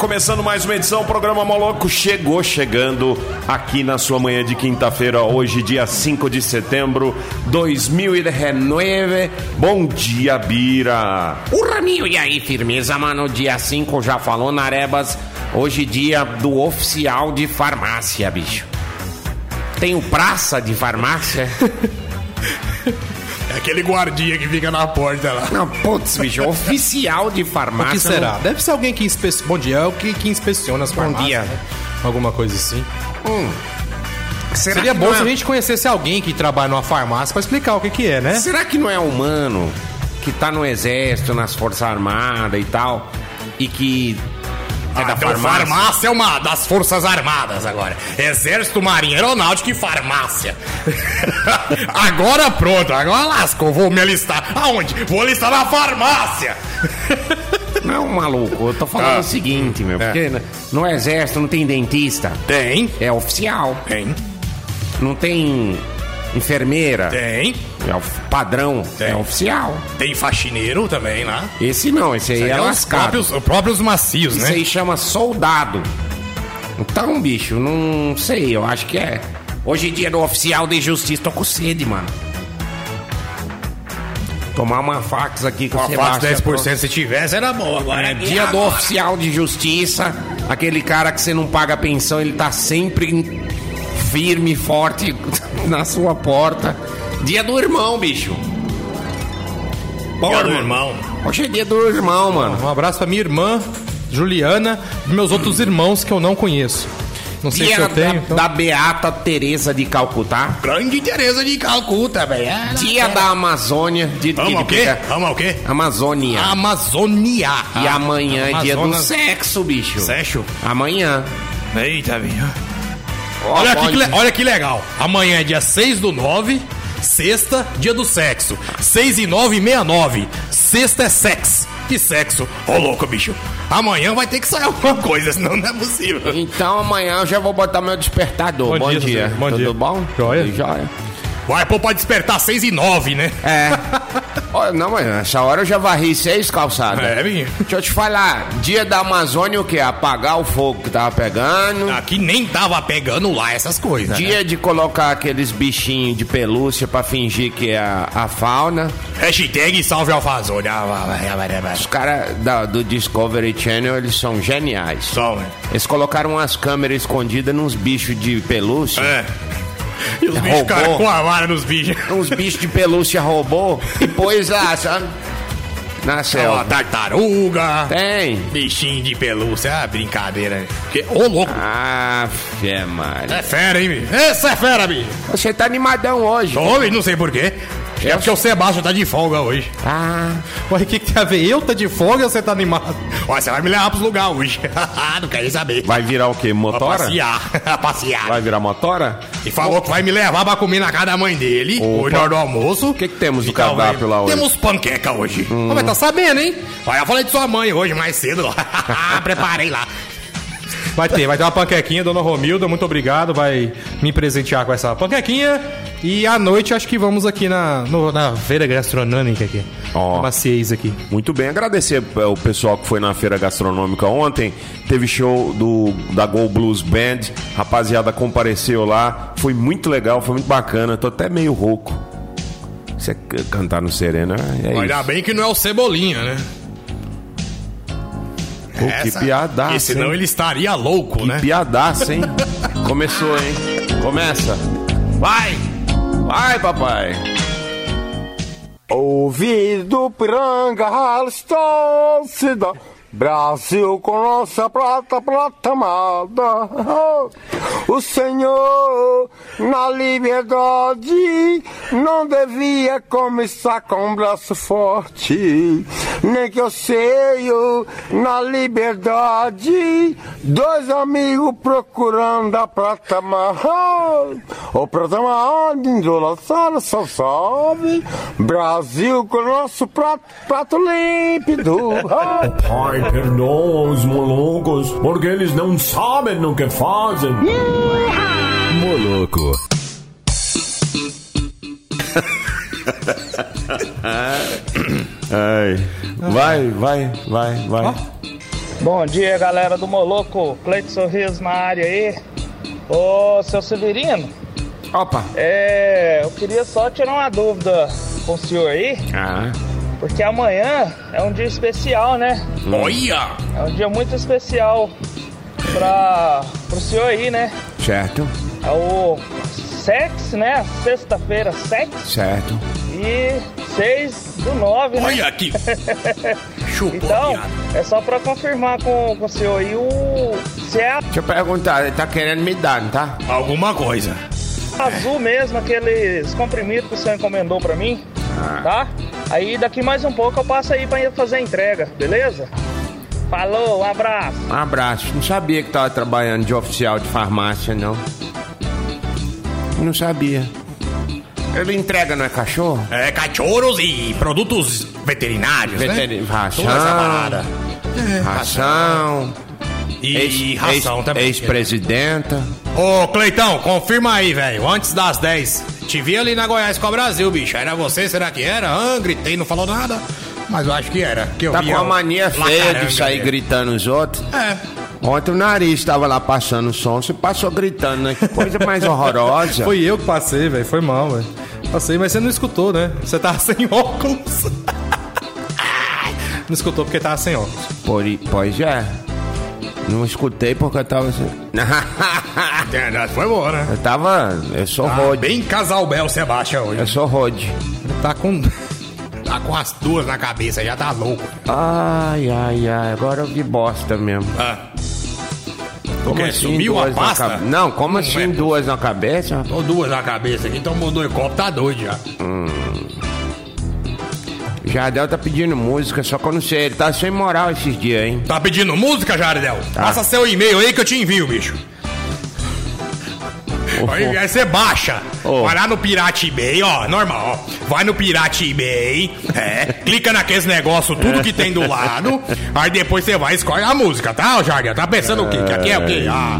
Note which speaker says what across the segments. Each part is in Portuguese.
Speaker 1: começando mais uma edição. O programa Moloco chegou chegando aqui na sua manhã de quinta-feira, hoje, dia 5 de setembro 2019. Bom dia, Bira.
Speaker 2: O Ramil, e aí, firmeza, mano? Dia 5 já falou, Narebas. Hoje, dia do oficial de farmácia, bicho. Tenho praça de farmácia?
Speaker 3: É aquele guardinha que fica na porta lá.
Speaker 2: Não, putz, bicho, oficial de farmácia.
Speaker 4: O que será?
Speaker 3: é?
Speaker 4: Deve ser alguém que inspeciona. Bom dia, é o que, que inspeciona as farmácias.
Speaker 2: um dia.
Speaker 4: né? Alguma coisa assim.
Speaker 2: Será
Speaker 4: Seria
Speaker 2: que
Speaker 4: bom
Speaker 2: não é-
Speaker 4: se a gente conhecesse alguém que trabalha numa farmácia pra explicar o que, que é, né?
Speaker 2: Será que não é humano que tá no exército, nas forças armadas e tal, e que é da
Speaker 3: então
Speaker 2: farmácia?
Speaker 3: farmácia é uma das forças armadas agora. Exército, marinha, aeronáutica e farmácia. agora pronto, agora lascou, vou me alistar. Tá. Aonde? Vou alistar na farmácia.
Speaker 2: Não, é um maluco, eu tô falando
Speaker 3: Ah.
Speaker 2: o seguinte, meu, porque n- no exército não tem dentista,
Speaker 3: Tem,
Speaker 2: é oficial.
Speaker 3: tem,
Speaker 2: Não tem enfermeira,
Speaker 3: tem.
Speaker 2: é o padrão,
Speaker 3: Tem.
Speaker 2: é oficial.
Speaker 3: Tem faxineiro também lá.
Speaker 2: Esse não, esse aí é,
Speaker 3: Tem os
Speaker 2: lascado.
Speaker 3: próprios, os próprios macios,
Speaker 2: Isso
Speaker 3: né?
Speaker 2: aí chama soldado. Então, bicho, não sei, eu acho que é. Hoje em dia no oficial de justiça, tô com sede, mano. Tomar uma fax aqui com
Speaker 3: Com a fax
Speaker 2: Sebastião.
Speaker 3: 10% se tivesse era bom agora. É
Speaker 2: Dia do oficial de justiça, aquele cara que você não paga pensão, ele tá sempre firme, forte na sua porta. Dia do irmão, bicho. Bom,
Speaker 3: Dia do irmão.
Speaker 2: Hoje é dia do irmão, mano.
Speaker 4: Um abraço pra minha irmã, Juliana, e meus outros irmãos que eu não conheço. Não sei
Speaker 2: Dia
Speaker 4: se eu
Speaker 2: da,
Speaker 4: tenho. então-
Speaker 2: da Beata Teresa de Calcutá.
Speaker 3: Grande Tereza de Calcuta, velho. É,
Speaker 2: Dia da Amazônia. Dia
Speaker 3: Vamos ao quê? Ah, Vamos ao quê?
Speaker 2: Amazônia.
Speaker 3: Amazônia.
Speaker 2: E amanhã é dia do
Speaker 4: Amazonas.
Speaker 2: sexo, bicho.
Speaker 3: Sérgio.
Speaker 2: Amanhã.
Speaker 3: Eita, velho.
Speaker 2: Ó,
Speaker 3: Olha, que,
Speaker 2: pode-
Speaker 3: que le- olha que legal. Amanhã é dia 6 do 9, sexta, dia do sexo. 6 e 9, 69. Sexta é sexo. Que sexo? Ô, louco, bicho. Amanhã vai ter que sair alguma coisa, senão não é possível.
Speaker 2: Então amanhã eu já vou botar meu despertador. Bom,
Speaker 4: Bom dia,
Speaker 2: dia.
Speaker 4: Zé. Bom
Speaker 2: Tudo
Speaker 4: dia.
Speaker 2: bom?
Speaker 4: Joia.
Speaker 2: Tudo Joia.
Speaker 3: Vai pô pode despertar 6 e 9, né?
Speaker 2: É. Ó, não, mas nessa hora eu já varri seis calçadas.
Speaker 3: É, menino.
Speaker 2: Deixa eu te falar. Dia da Amazônia o quê? Apagar o fogo que tava pegando.
Speaker 3: Aqui nem tava pegando lá essas coisas. né?
Speaker 2: Dia de colocar aqueles bichinhos de pelúcia pra fingir que é a, a fauna.
Speaker 3: Hashtag salve Alfazone. Ah,
Speaker 2: Os caras do Discovery Channel, eles são geniais.
Speaker 3: Salve.
Speaker 2: Eles colocaram umas câmeras escondidas nos bichos de pelúcia.
Speaker 3: É. E
Speaker 4: É
Speaker 3: os bichos
Speaker 2: Roubou.
Speaker 3: ficaram com a vara nos bichos.
Speaker 2: Uns bichos de pelúcia roubou e pôs lá, sabe? Na
Speaker 3: Ó,
Speaker 4: É,
Speaker 2: selva.
Speaker 3: tartaruga.
Speaker 2: Tem.
Speaker 3: Bichinho de pelúcia, ah, brincadeira. né? Que- Ô, louco.
Speaker 2: Ah, fé, Maria.
Speaker 3: É fera, hein, bicho? Essa é fera, bicho.
Speaker 2: Você tá animadão hoje.
Speaker 3: Homem, não sei porquê. É porque o Sebastião tá de folga hoje.
Speaker 2: Ah,
Speaker 4: Ué, o que, que tem a ver? Eu tá de folga ou você tá animado?
Speaker 3: Ó, você vai me levar pros lugares hoje. Ah, não quero nem saber.
Speaker 1: Vai virar o quê?
Speaker 3: Pra
Speaker 1: Motora?
Speaker 3: passear. passear.
Speaker 1: Vai virar motora?
Speaker 3: E falou que vai me levar pra comer na casa da mãe dele. Hoje na hora do almoço. O
Speaker 1: que que temos no cardápio lá hoje? Hum.
Speaker 3: Temos panqueca hoje. é
Speaker 4: Ô, mas tá sabendo, hein?
Speaker 3: Olha, eu falei de sua mãe hoje mais cedo. Preparei lá.
Speaker 4: Vai ter, vai ter uma panquequinha, dona Romilda, muito obrigado, vai me presentear com essa panquequinha. E à noite acho que vamos aqui na, no- na feira gastronômica aqui.
Speaker 1: Ó.
Speaker 4: Na Maciez aqui.
Speaker 1: Muito bem, agradecer eh, o pessoal que foi na feira gastronômica ontem. Teve show do da Gol Blues Band. Rapaziada compareceu lá. Foi muito legal, foi muito bacana. Tô até meio rouco. Você c- cantar no Serena é isso.
Speaker 3: Ainda bem que não é o Cebolinha, né?
Speaker 1: Pô, que piadaça,
Speaker 3: Porque senão
Speaker 1: hein?
Speaker 3: ele estaria louco, né?
Speaker 1: Piadaça, hein? Começou, hein? Começa.
Speaker 3: Vai!
Speaker 1: Vai, papai.
Speaker 5: Ouvido piranga, Halston, Cida, Brasil com nossa prata, prata amada. O Senhor, na liberdade, não devia começar com um braço forte, nem que eu seio, na liberdade, dois amigos procurando a prata amada. O prata amada, idolatrada, só salve, Brasil com nosso prato, prato límpido.
Speaker 6: Ai, perdoa os molongos, porque eles não sabem no que fazem.
Speaker 7: Moloco.
Speaker 1: Ai. Vai, vai, vai, vai.
Speaker 7: Bom dia, galera do Moloco. Cleito Sorriso na área aí. Ô, seu Severino,
Speaker 2: Opa.
Speaker 7: é, eu queria só tirar uma dúvida com o senhor aí,
Speaker 2: Ah.
Speaker 7: porque amanhã é um dia especial, né?
Speaker 2: Olha!
Speaker 7: É um dia muito especial para o senhor aí, né?
Speaker 2: Certo,
Speaker 7: É o Sex, né? Sexta-feira, Sex.
Speaker 2: certo.
Speaker 7: E 6 do 9, né?
Speaker 3: Olha aqui. Chupou,
Speaker 7: Então,
Speaker 3: viado.
Speaker 7: é só pra confirmar com, com o senhor aí o. Se é
Speaker 2: Deixa eu perguntar, ele tá querendo me dar, não tá?
Speaker 3: Alguma coisa.
Speaker 7: azul mesmo, aqueles comprimidos que o senhor encomendou pra mim, tá? Aí daqui mais um pouco eu passo aí pra ir fazer a entrega, beleza? Falou, um abraço.
Speaker 2: Um abraço. Não sabia que tava trabalhando de oficial de farmácia, não. Não sabia. Ele entrega, não é cachorro?
Speaker 3: É, cachorros e produtos veterinários,
Speaker 2: Veteri-
Speaker 3: né?
Speaker 2: ração.
Speaker 3: Toda essa parada.
Speaker 2: Ração.
Speaker 3: E
Speaker 2: ex-
Speaker 3: ração
Speaker 2: ex-
Speaker 3: também.
Speaker 2: Ex-presidenta.
Speaker 3: Ô, Cleitão, confirma aí, velho. Antes das 10. Te vi ali na Goiás com o Brasil, bicho. Era você, será que era? Ah, gritei, não falou nada. Mas eu acho que era. Que eu
Speaker 2: Tá
Speaker 3: vi
Speaker 2: com uma
Speaker 3: o-
Speaker 2: mania feia
Speaker 3: Lacaranga,
Speaker 2: de sair
Speaker 3: velho.
Speaker 2: gritando os outros.
Speaker 3: né, É.
Speaker 2: Ontem o nariz estava lá passando o som, você passou gritando, né? Que coisa mais horrorosa.
Speaker 4: Foi eu que passei, velho. Foi mal, velho. Passei, mas você não escutou, né? Você tava sem óculos. não escutou porque tava sem óculos.
Speaker 2: Por i- pois é. Não escutei porque eu tava. assim.
Speaker 3: É, já Foi boa, né?
Speaker 2: Eu tava. Eu sou
Speaker 3: Tá
Speaker 2: Rode.
Speaker 3: bem casal Bel Sebastião hoje.
Speaker 2: Eu sou Rode.
Speaker 4: Tá com.
Speaker 3: Tá com as duas na cabeça, já tá louco.
Speaker 2: Ai, ai, ai. Agora eu vi bosta mesmo.
Speaker 3: Ah. O quê? Sumiu
Speaker 2: assim, duas
Speaker 3: a pasta?
Speaker 2: Na cabe- Não, como assim
Speaker 3: é.
Speaker 2: duas na cabeça?
Speaker 3: Tô duas na cabeça aqui, tomou dois copos, tá doido já.
Speaker 2: Jardel tá pedindo música, só que eu não sei. Ele tá sem moral esses dias, hein?
Speaker 3: Tá pedindo música, Jardel? Passa seu e-mail aí que eu te envio, bicho. Aí aí você baixa.
Speaker 2: Oh.
Speaker 3: Vai lá no Pirate Bay, ó, normal, ó. Vai no Pirate Bay, é, clica naqueles negócios, tudo que tem do lado. aí depois você vai e escolhe a música, tá, ô Jardel? Tá pensando o quê? Que aqui é o quê? Ah,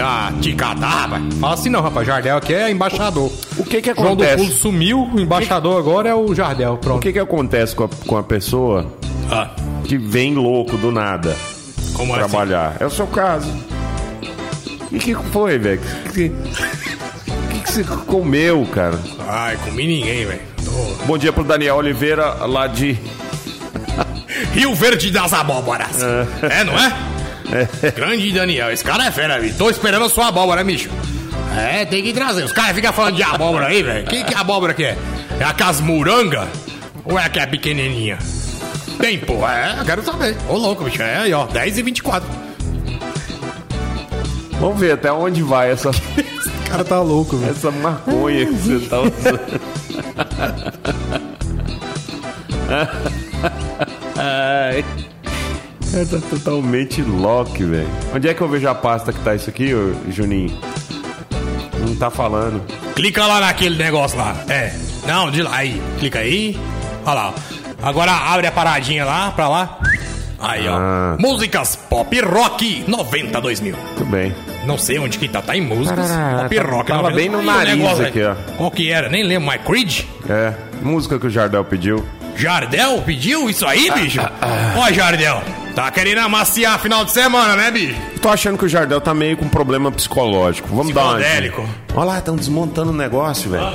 Speaker 3: ah ticatarra,
Speaker 4: Fala assim não, rapaz. Jardel aqui é embaixador.
Speaker 2: O que que
Speaker 4: João do
Speaker 2: acontece?
Speaker 4: Pulo sumiu, o embaixador agora é o Jardel.
Speaker 1: O
Speaker 4: Pronto.
Speaker 1: que, que acontece com a, com a pessoa
Speaker 3: ah,
Speaker 1: que vem louco do nada
Speaker 3: Como assim?
Speaker 1: trabalhar? É o seu caso. E o que foi, velho? O que, que, que você comeu, cara?
Speaker 3: Ai, comi ninguém, velho. Tô-
Speaker 1: Bom dia pro Daniel Oliveira, lá de.
Speaker 3: Rio Verde das Abóboras. É, não é? Grande Daniel, esse cara é fera, bicho. Tô esperando a sua abóbora, né, bicho. É, tem que trazer. Os caras ficam falando de abóbora aí, velho. Que que abóbora que é? É a casmuranga? Ou é a que é pequenininha? Tem, pô. É, eu quero saber. Ô, louco, bicho. É aí, ó. 10 e 24.
Speaker 1: Vamos ver até onde vai essa,
Speaker 4: O cara tá louco, velho.
Speaker 1: essa maconha que você tá usando. Ai. É, tá totalmente Loki, velho. Onde é que eu vejo a pasta que tá isso aqui, ô, Juninho? Não tá falando.
Speaker 3: Clica lá naquele negócio lá. É. Não, de lá. Aí. Clica aí. Olha lá. Agora abre a paradinha lá, pra lá. Aí, ó.
Speaker 1: Ah.
Speaker 3: Músicas Pop Rock 90 2000.
Speaker 1: Muito bem.
Speaker 3: Não sei onde que tá. Tá em músicas.
Speaker 2: Tarará,
Speaker 3: Pop
Speaker 2: tá-
Speaker 3: Rock
Speaker 1: tava
Speaker 3: 90.
Speaker 1: bem no
Speaker 3: Aí o é
Speaker 1: nariz aqui, ó.
Speaker 3: Qual que era? Nem lembro. My Creed?
Speaker 1: É, música que o Jardel pediu.
Speaker 3: Jardel pediu isso
Speaker 1: Ah,
Speaker 3: aí, bicho? Ó, Jardel. Tá querendo amaciar final de semana, né, bicho?
Speaker 1: Tô achando que o Jardel tá meio com problema psicológico. Vamos dar uma.
Speaker 3: Psicodélico.
Speaker 1: Olha lá, estão desmontando o negócio, velho.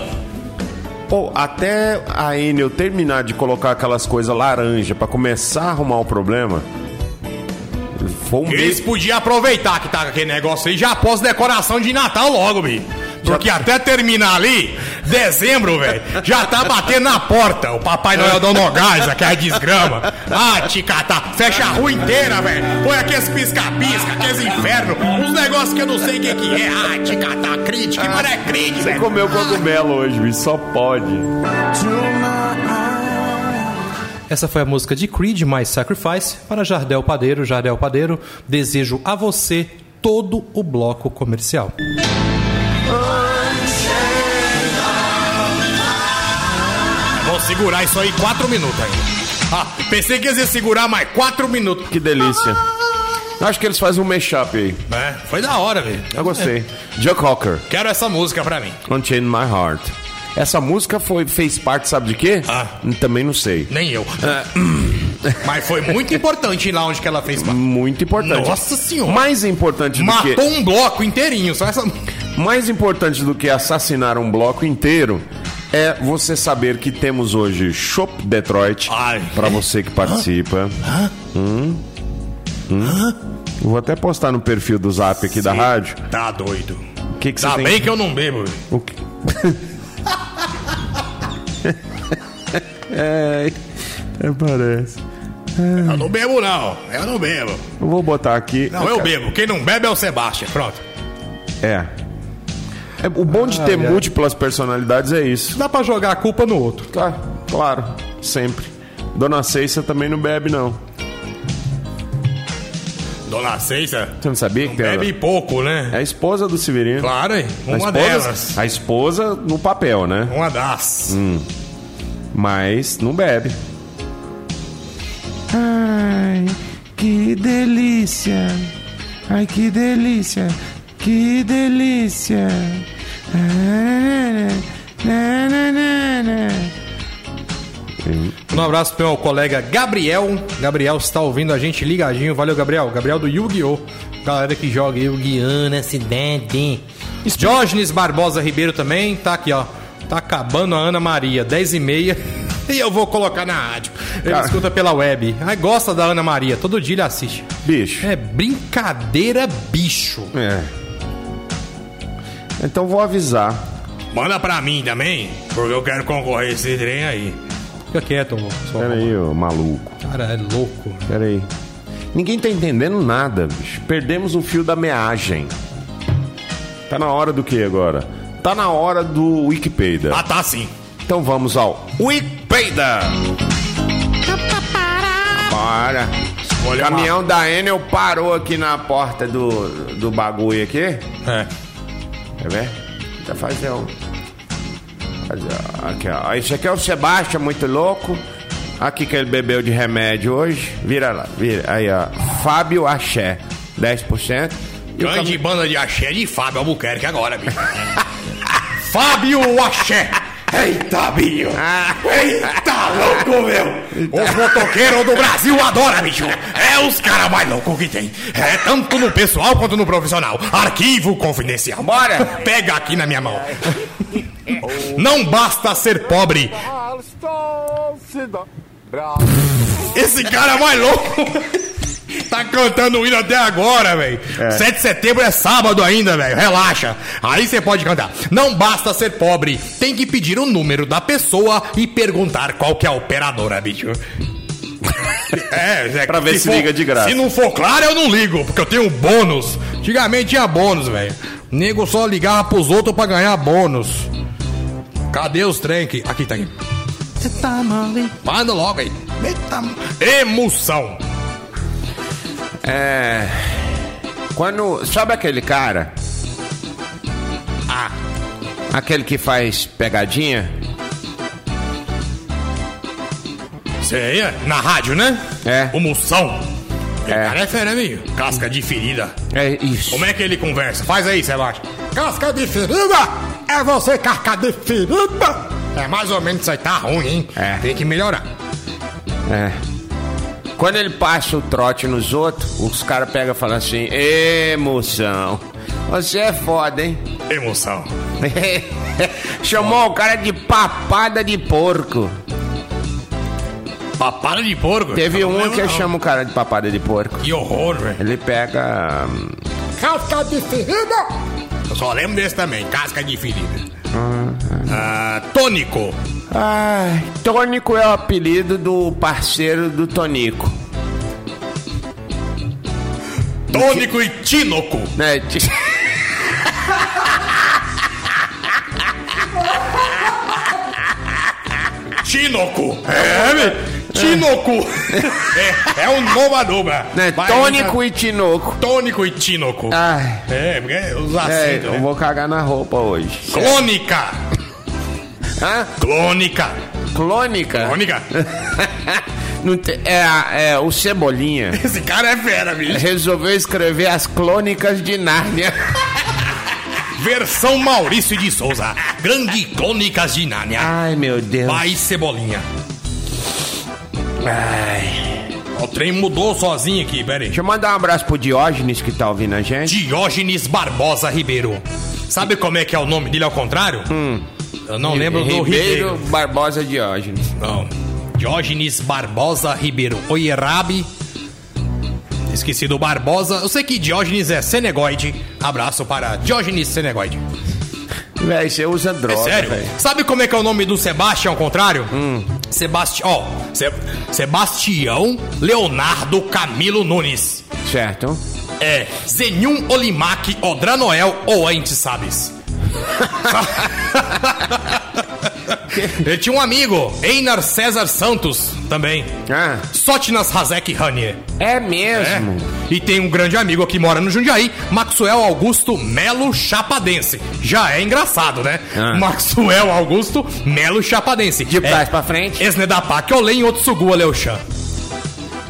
Speaker 1: Pô, até a Enel terminar de colocar aquelas coisas laranja pra começar a arrumar o problema. Foi um mês.
Speaker 3: Eles podiam aproveitar que tá com aquele negócio aí já pós decoração de Natal logo, bicho. Porque
Speaker 1: tá.
Speaker 3: até terminar ali, dezembro, velho, já tá batendo na porta. O Papai Noel dando gás, aquela desgrama. Ah, ticatá, fecha a rua inteira, velho. Põe aqueles pisca-pisca, aqueles inferno, uns negócios que eu não sei o que, que é. Ah, ticatá, crente, que mano é crente,
Speaker 1: Você
Speaker 3: velho.
Speaker 1: comeu cogumelo hoje, bicho. Só pode.
Speaker 4: Essa foi a música de Creed mais Sacrifice para Jardel Padeiro. Jardel Padeiro, desejo a você todo o bloco comercial.
Speaker 3: Vou segurar isso aí quatro minutos ainda. Ah, pensei que eles iam segurar mais quatro minutos.
Speaker 1: Que delícia. Eu acho que eles fazem um mashup aí.
Speaker 3: É, foi da hora, velho.
Speaker 1: Eu gostei.
Speaker 4: É.
Speaker 1: Joe Cocker,
Speaker 3: Quero essa música pra mim.
Speaker 1: Unchain My Heart. Essa música foi, fez parte, sabe de quê?
Speaker 3: Ah.
Speaker 1: Também não sei.
Speaker 3: Nem eu. Mas foi muito importante lá onde que ela fez. mano.
Speaker 2: Muito importante.
Speaker 3: Nossa senhora.
Speaker 2: Mais importante do que...
Speaker 3: Matou um bloco inteirinho, só essa.
Speaker 2: Mais importante do que assassinar um bloco inteiro é você saber que temos hoje Shop Detroit
Speaker 3: Ai.
Speaker 2: pra você que participa. Hum? Hum? Eu Vou até postar no perfil do Zap aqui da rádio.
Speaker 3: Tá doido.
Speaker 2: O que, que você
Speaker 3: Tá
Speaker 2: tem?
Speaker 3: bem que eu não bebo.
Speaker 2: O que- é, é, parece.
Speaker 3: Eu não bebo, não. Eu não bebo.
Speaker 2: Eu vou botar aqui.
Speaker 3: Não, eu bebo. Quem não bebe é o Sebastião. Pronto.
Speaker 2: É. É, O bom de ter múltiplas personalidades é isso.
Speaker 4: Dá pra jogar a culpa no outro.
Speaker 2: Tá, claro, sempre. Dona Ceissa também não bebe, não.
Speaker 3: Dona Ceissa.
Speaker 2: Você não sabia que tem ela?
Speaker 3: Bebe pouco, né?
Speaker 2: É a esposa do Severino.
Speaker 3: Claro, hein?
Speaker 2: a
Speaker 3: Uma
Speaker 2: esposa,
Speaker 3: delas.
Speaker 2: A esposa no papel, né?
Speaker 3: Uma das.
Speaker 2: Mas não bebe. Ai, que delícia. Ai, que delícia. Que delícia.
Speaker 4: Um abraço pro meu colega Gabriel. Gabriel está ouvindo a gente ligadinho. Valeu, Gabriel. Gabriel do Yu-Gi-Oh! Galera que joga Yu-Gi-Oh! na cidade. Diógenes Barbosa Ribeiro também. Tá aqui, ó. Tá acabando a Ana Maria, 10 e meia. E eu vou colocar na rádio. Ele
Speaker 2: Cara.
Speaker 4: escuta pela web. Aí gosta da Ana Maria. Todo dia ele assiste.
Speaker 2: Bicho.
Speaker 4: É brincadeira, bicho.
Speaker 2: É. Então vou avisar.
Speaker 3: Manda pra mim também, porque eu quero concorrer a esse trem aí.
Speaker 4: Fica quieto, amor. Só-
Speaker 1: É.
Speaker 2: Pera aí, ô maluco.
Speaker 4: Cara, é louco.
Speaker 2: Pera aí. Ninguém tá entendendo nada, bicho. Perdemos o fio da meagem. Tá na hora do que agora? Tá na hora do Wikipedia.
Speaker 3: Ah, tá sim.
Speaker 2: Então vamos ao Wikipedia. Bora. O
Speaker 3: Olha
Speaker 2: caminhão da Enel parou aqui na porta do, do bagulho aqui.
Speaker 3: É.
Speaker 2: Quer ver? Tá fazer um. fazer- Aqui, ó. Esse aqui é o Sebastião, muito louco. Aqui que ele bebeu de remédio hoje. Vira lá, vira. Aí, ó. Fábio Axé, 10%. E o cam-
Speaker 3: Grande banda de axé de Fábio Albuquerque agora, bicho. Fábio Axé. Eita, Binho.
Speaker 2: Ah.
Speaker 3: Eita, louco, meu. Os motoqueiros do Brasil adoram, bicho. É os caras mais loucos que tem. É tanto no pessoal quanto no profissional. Arquivo confidencial. Bora. Pega aqui na minha mão. Não basta ser pobre.
Speaker 8: Halstorcida. Bra-
Speaker 3: Esse cara é mais louco. Tá cantando o hino até agora, velho. 7 de setembro é sábado ainda, velho. Relaxa. Aí você pode cantar. Não basta ser pobre. Tem que pedir o número da pessoa e perguntar qual que é a operadora, bicho. É, Zé,
Speaker 2: Pra ver se liga de graça.
Speaker 3: Se não for claro, eu não ligo, porque eu tenho bônus. Antigamente tinha bônus, velho. Nego só ligava pros outros pra ganhar bônus. Cadê os trem aqui? Aqui tá aqui. Manda logo aí. Emoção.
Speaker 2: É. Quando. Sabe aquele cara? Ah. Aquele que faz pegadinha?
Speaker 3: Você aí, ó, na rádio, né?
Speaker 2: É.
Speaker 3: O Moção. Ele
Speaker 2: É.
Speaker 3: cara é fera, amigo. Casca de ferida.
Speaker 2: É isso.
Speaker 3: Como é que ele conversa? Faz aí, Sebastião. Casca de ferida! É você, casca de ferida! É mais ou menos isso aí, tá ruim, hein?
Speaker 2: É.
Speaker 3: Tem que melhorar.
Speaker 2: É. Quando ele passa o trote nos outros, os caras pegam e falam assim: Ê, moção, você é foda, hein?
Speaker 3: Emoção.
Speaker 2: Chamou o cara de papada de porco.
Speaker 3: Papada de porco.
Speaker 2: Teve
Speaker 3: Eu não
Speaker 2: um
Speaker 3: lembro,
Speaker 2: que
Speaker 3: não.
Speaker 2: chama o cara de papada de porco.
Speaker 3: Que horror, velho.
Speaker 2: Ele pega. hum,
Speaker 3: Casca de ferida! Eu só lembro desse também, casca de ferida. Ah, tônico.
Speaker 2: Ai, ah, Tônico é o apelido do parceiro do Tonico.
Speaker 3: Tônico e tínoco.
Speaker 2: Né? De-
Speaker 3: Tinoco! É, velho! Tinoco! É, é o novo adubo.
Speaker 2: né?
Speaker 3: Vai,
Speaker 2: Tônico e Tinoco.
Speaker 3: tá- Tônico e Tinoco.
Speaker 2: Ai,
Speaker 3: É, porque os
Speaker 2: é,
Speaker 3: acentos.
Speaker 2: eu
Speaker 3: né?
Speaker 2: vou cagar na roupa hoje.
Speaker 3: Clônica!
Speaker 2: Hã?
Speaker 3: Clônica!
Speaker 2: Clônica?
Speaker 3: Clônica!
Speaker 2: Não te- é, a- é o Cebolinha.
Speaker 3: Esse cara é fera, bicho.
Speaker 2: Resolveu escrever as crônicas de Nárnia.
Speaker 3: Versão Maurício de Souza. Grande Clônicas de Nárnia.
Speaker 2: Ai, meu Deus.
Speaker 3: Vai, Cebolinha.
Speaker 2: Ai.
Speaker 3: O trem mudou sozinho aqui, pera aí.
Speaker 2: Deixa eu mandar um abraço pro Diógenes que tá ouvindo a gente.
Speaker 3: Diógenes Barbosa Ribeiro. Sabe como é que é o nome dele ao contrário? Eu não lembro do Hum. Ribeiro.
Speaker 2: Barbosa Diógenes.
Speaker 3: Não. Diógenes Barbosa Ribeiro. Oierabe. Esqueci do Barbosa. Eu sei que Diógenes é Senegoide. Abraço para Diógenes Senegoide.
Speaker 2: Véi, você usa
Speaker 3: É
Speaker 2: droga.
Speaker 3: sério?
Speaker 2: véi.
Speaker 3: Sabe como é que é o nome do Sebastião ao contrário? Sebastião. Ó, Se- Sebastião Leonardo Camilo Nunes.
Speaker 2: Certo.
Speaker 3: É Zenium Olimac Odranoel ou antes, sabes? Ele tinha um amigo, Einar César Santos, também.
Speaker 2: Ah,
Speaker 3: Sotnas Hazek Hanier.
Speaker 2: é mesmo.
Speaker 3: E tem um grande amigo que mora no Jundiaí, Maxwell Augusto Melo Chapadense. Já é engraçado, né?
Speaker 2: Ah.
Speaker 3: Maxwell Augusto Melo Chapadense.
Speaker 2: De trás pra
Speaker 3: É.
Speaker 2: frente.
Speaker 3: né, Esnedapak Olém Otsugu Aleuchan.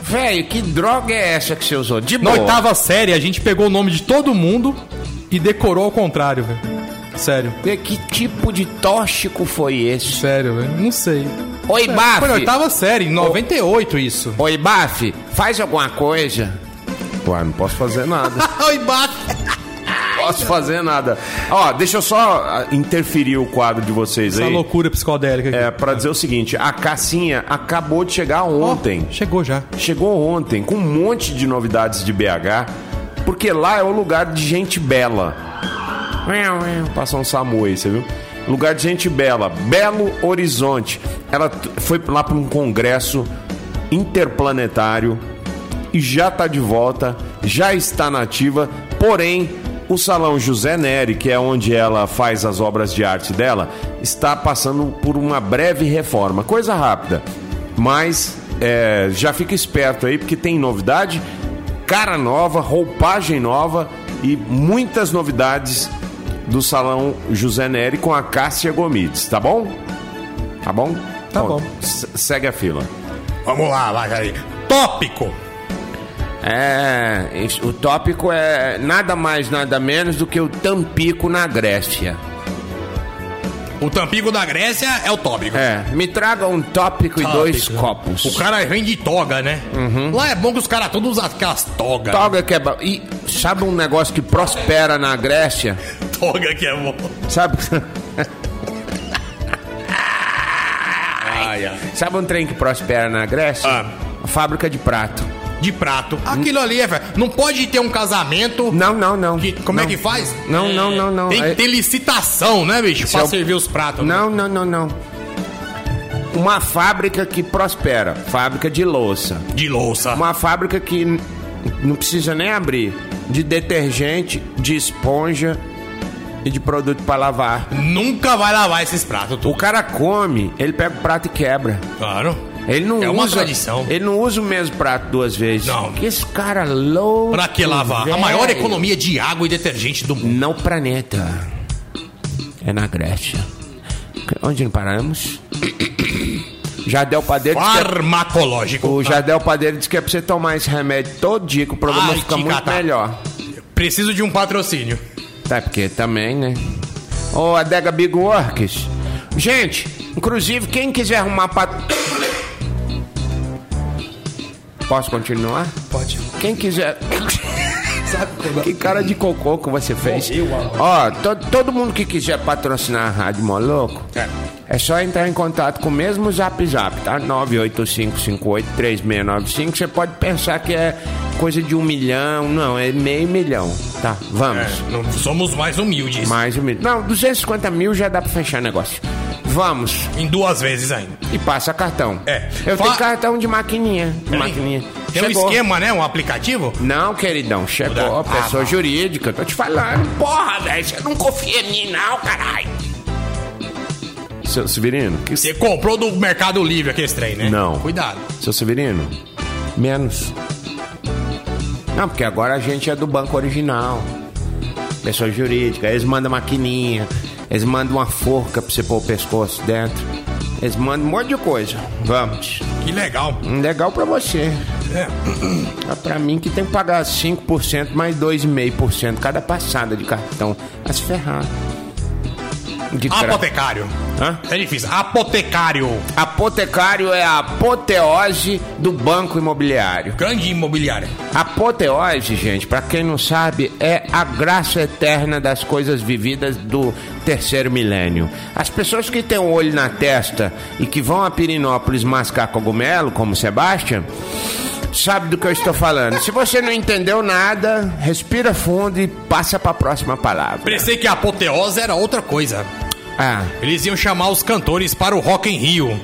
Speaker 2: Velho, que droga é essa que você usou? De
Speaker 3: Na
Speaker 2: boa.
Speaker 3: oitava série, a gente pegou o nome de todo mundo e decorou ao contrário, velho. Sério,
Speaker 2: Vê Que tipo de tóxico foi esse?
Speaker 4: Sério, velho? Não sei.
Speaker 2: Oi,
Speaker 4: Foi na
Speaker 2: Baf.
Speaker 4: oitava série, em 98 isso.
Speaker 2: Oi, Baf. Faz alguma coisa. Ué, não posso fazer nada.
Speaker 3: Ai, bate.
Speaker 2: posso fazer nada. Ó, deixa eu só ah, interferir o quadro de vocês
Speaker 4: Essa
Speaker 2: aí.
Speaker 4: Tá loucura psicodélica aqui.
Speaker 2: É, pra dizer o seguinte, a Cassinha acabou de chegar ontem.
Speaker 4: Chegou já.
Speaker 2: Chegou ontem com um monte de novidades de BH, porque lá é o lugar de gente bela. Passou um Samu aí, você viu? Lugar de gente bela, Belo Horizonte. Ela t- foi lá para um congresso interplanetário e já está de volta, já está nativa, porém o Salão José Neri, que é onde ela faz as obras de arte dela, está passando por uma breve reforma, coisa rápida. Mas é, já fica esperto aí, porque tem novidade, cara nova, roupagem nova e muitas novidades do Salão José Neri com a Cássia Gomides, tá bom? Tá bom?
Speaker 4: Tá bom.
Speaker 2: se- Segue a fila.
Speaker 3: Vamos lá, vai aí. Tópico.
Speaker 2: É, isso- o tópico é nada mais, nada menos do que o Tampico na Grécia.
Speaker 3: O Tampico da Grécia é o tópico.
Speaker 2: É, me traga um tópico, e dois
Speaker 3: Tópico.
Speaker 2: copos.
Speaker 3: O cara vem de toga, né?
Speaker 2: Uhum.
Speaker 3: Lá é bom que os caras todos usam aquelas togas.
Speaker 2: Toga que é ba- E sabe um negócio que prospera na Grécia?
Speaker 3: Toga que é bom.
Speaker 2: Sabe,
Speaker 3: Ai, ai.
Speaker 2: sabe um trem que prospera na Grécia?
Speaker 3: Ah.
Speaker 2: A fábrica de prato.
Speaker 3: De prato. Aquilo ali é, velho. Não pode ter um casamento.
Speaker 2: Não, não, não.
Speaker 3: que- como é
Speaker 2: Não.
Speaker 3: que faz?
Speaker 2: Não, não, não, não.
Speaker 3: Tem que
Speaker 2: Aí-
Speaker 3: ter licitação, né, bicho? pra
Speaker 2: é o-
Speaker 3: servir os pratos. né?
Speaker 2: Não, não, não, não. Uma fábrica que prospera, fábrica de louça.
Speaker 3: De louça.
Speaker 2: Uma fábrica que n- não precisa nem abrir de detergente, de esponja e de produto para lavar.
Speaker 3: Nunca vai lavar esses pratos,
Speaker 2: O
Speaker 3: tu.
Speaker 2: cara come, ele pega o prato e quebra.
Speaker 3: Claro.
Speaker 2: Ele não
Speaker 3: É
Speaker 2: usa,
Speaker 3: uma tradição.
Speaker 2: Ele não usa o mesmo prato duas vezes.
Speaker 3: Não.
Speaker 2: Que esse cara louco.
Speaker 3: Pra que lavar? A maior
Speaker 2: véi.
Speaker 3: economia de água e detergente do mundo.
Speaker 2: Não planeta. É na Grécia. Onde paramos? Jardel Padeiro disse que é-
Speaker 3: Farmacológico.
Speaker 2: O Jardel Padeiro disse que é pra você tomar esse remédio todo dia que o problema
Speaker 3: Ai,
Speaker 2: fica
Speaker 3: que
Speaker 2: muito
Speaker 3: gata.
Speaker 2: melhor.
Speaker 3: Preciso de um patrocínio.
Speaker 2: Tá, porque também, né? Ô, Adega Big Works. Gente, inclusive, quem quiser arrumar pat... Posso continuar? Pode. Quem quiser... que é? cara de cocô que você fez. Ó, to- todo mundo que quiser patrocinar a Rádio Moloco, é. só entrar em contato com o mesmo Zap Zap, tá? 985583695. Você pode pensar que é coisa de um milhão. Não, é meio milhão. Tá, vamos.
Speaker 3: Não somos mais humildes.
Speaker 2: Mais um mil. Não, 250 mil já dá pra fechar negócio. Vamos.
Speaker 3: Em duas vezes ainda.
Speaker 2: E passa cartão.
Speaker 3: É.
Speaker 2: Eu
Speaker 3: Fa-
Speaker 2: tenho cartão de maquininha. De
Speaker 3: Peraí.
Speaker 2: maquininha.
Speaker 3: Tem um esquema, né? Um aplicativo?
Speaker 2: Não, queridão, chegou.
Speaker 3: Mudar.
Speaker 2: pessoa
Speaker 3: Ah,
Speaker 2: jurídica, tô te falando. Porra, velho, você não confia em mim, não, caralho. Seu Severino, que...
Speaker 3: Você comprou do Mercado Livre aquele trem, né?
Speaker 2: Não.
Speaker 3: Cuidado.
Speaker 2: seu Severino, menos. Não, porque agora a gente é do banco original. Pessoa jurídica, eles mandam maquininha, eles mandam uma forca pra você pôr o pescoço dentro. Eles mandam um monte de coisa. Vamos. Um
Speaker 3: Que legal.
Speaker 2: Legal pra você. É. Pra mim que tem que pagar 5% mais 2,5% cada passada de cartão. Vai se ferrar.
Speaker 1: Que tra-
Speaker 3: Apotecário.
Speaker 1: Hã?
Speaker 3: É difícil. Apotecário.
Speaker 2: Apotecário é a apoteose do banco imobiliário.
Speaker 3: Grande imobiliária.
Speaker 2: É. Apoteose, gente, pra quem não sabe, é a graça eterna das coisas vividas do terceiro milênio. As pessoas que têm um olho na testa e que vão a Pirinópolis mascar cogumelo, como Sebastian, sabe do que eu estou falando. Se você não entendeu nada, respira fundo e passa pra próxima palavra.
Speaker 3: Pensei que a apoteose era outra coisa.
Speaker 2: Ah,
Speaker 3: Eles iam chamar os cantores para o Rock em Rio.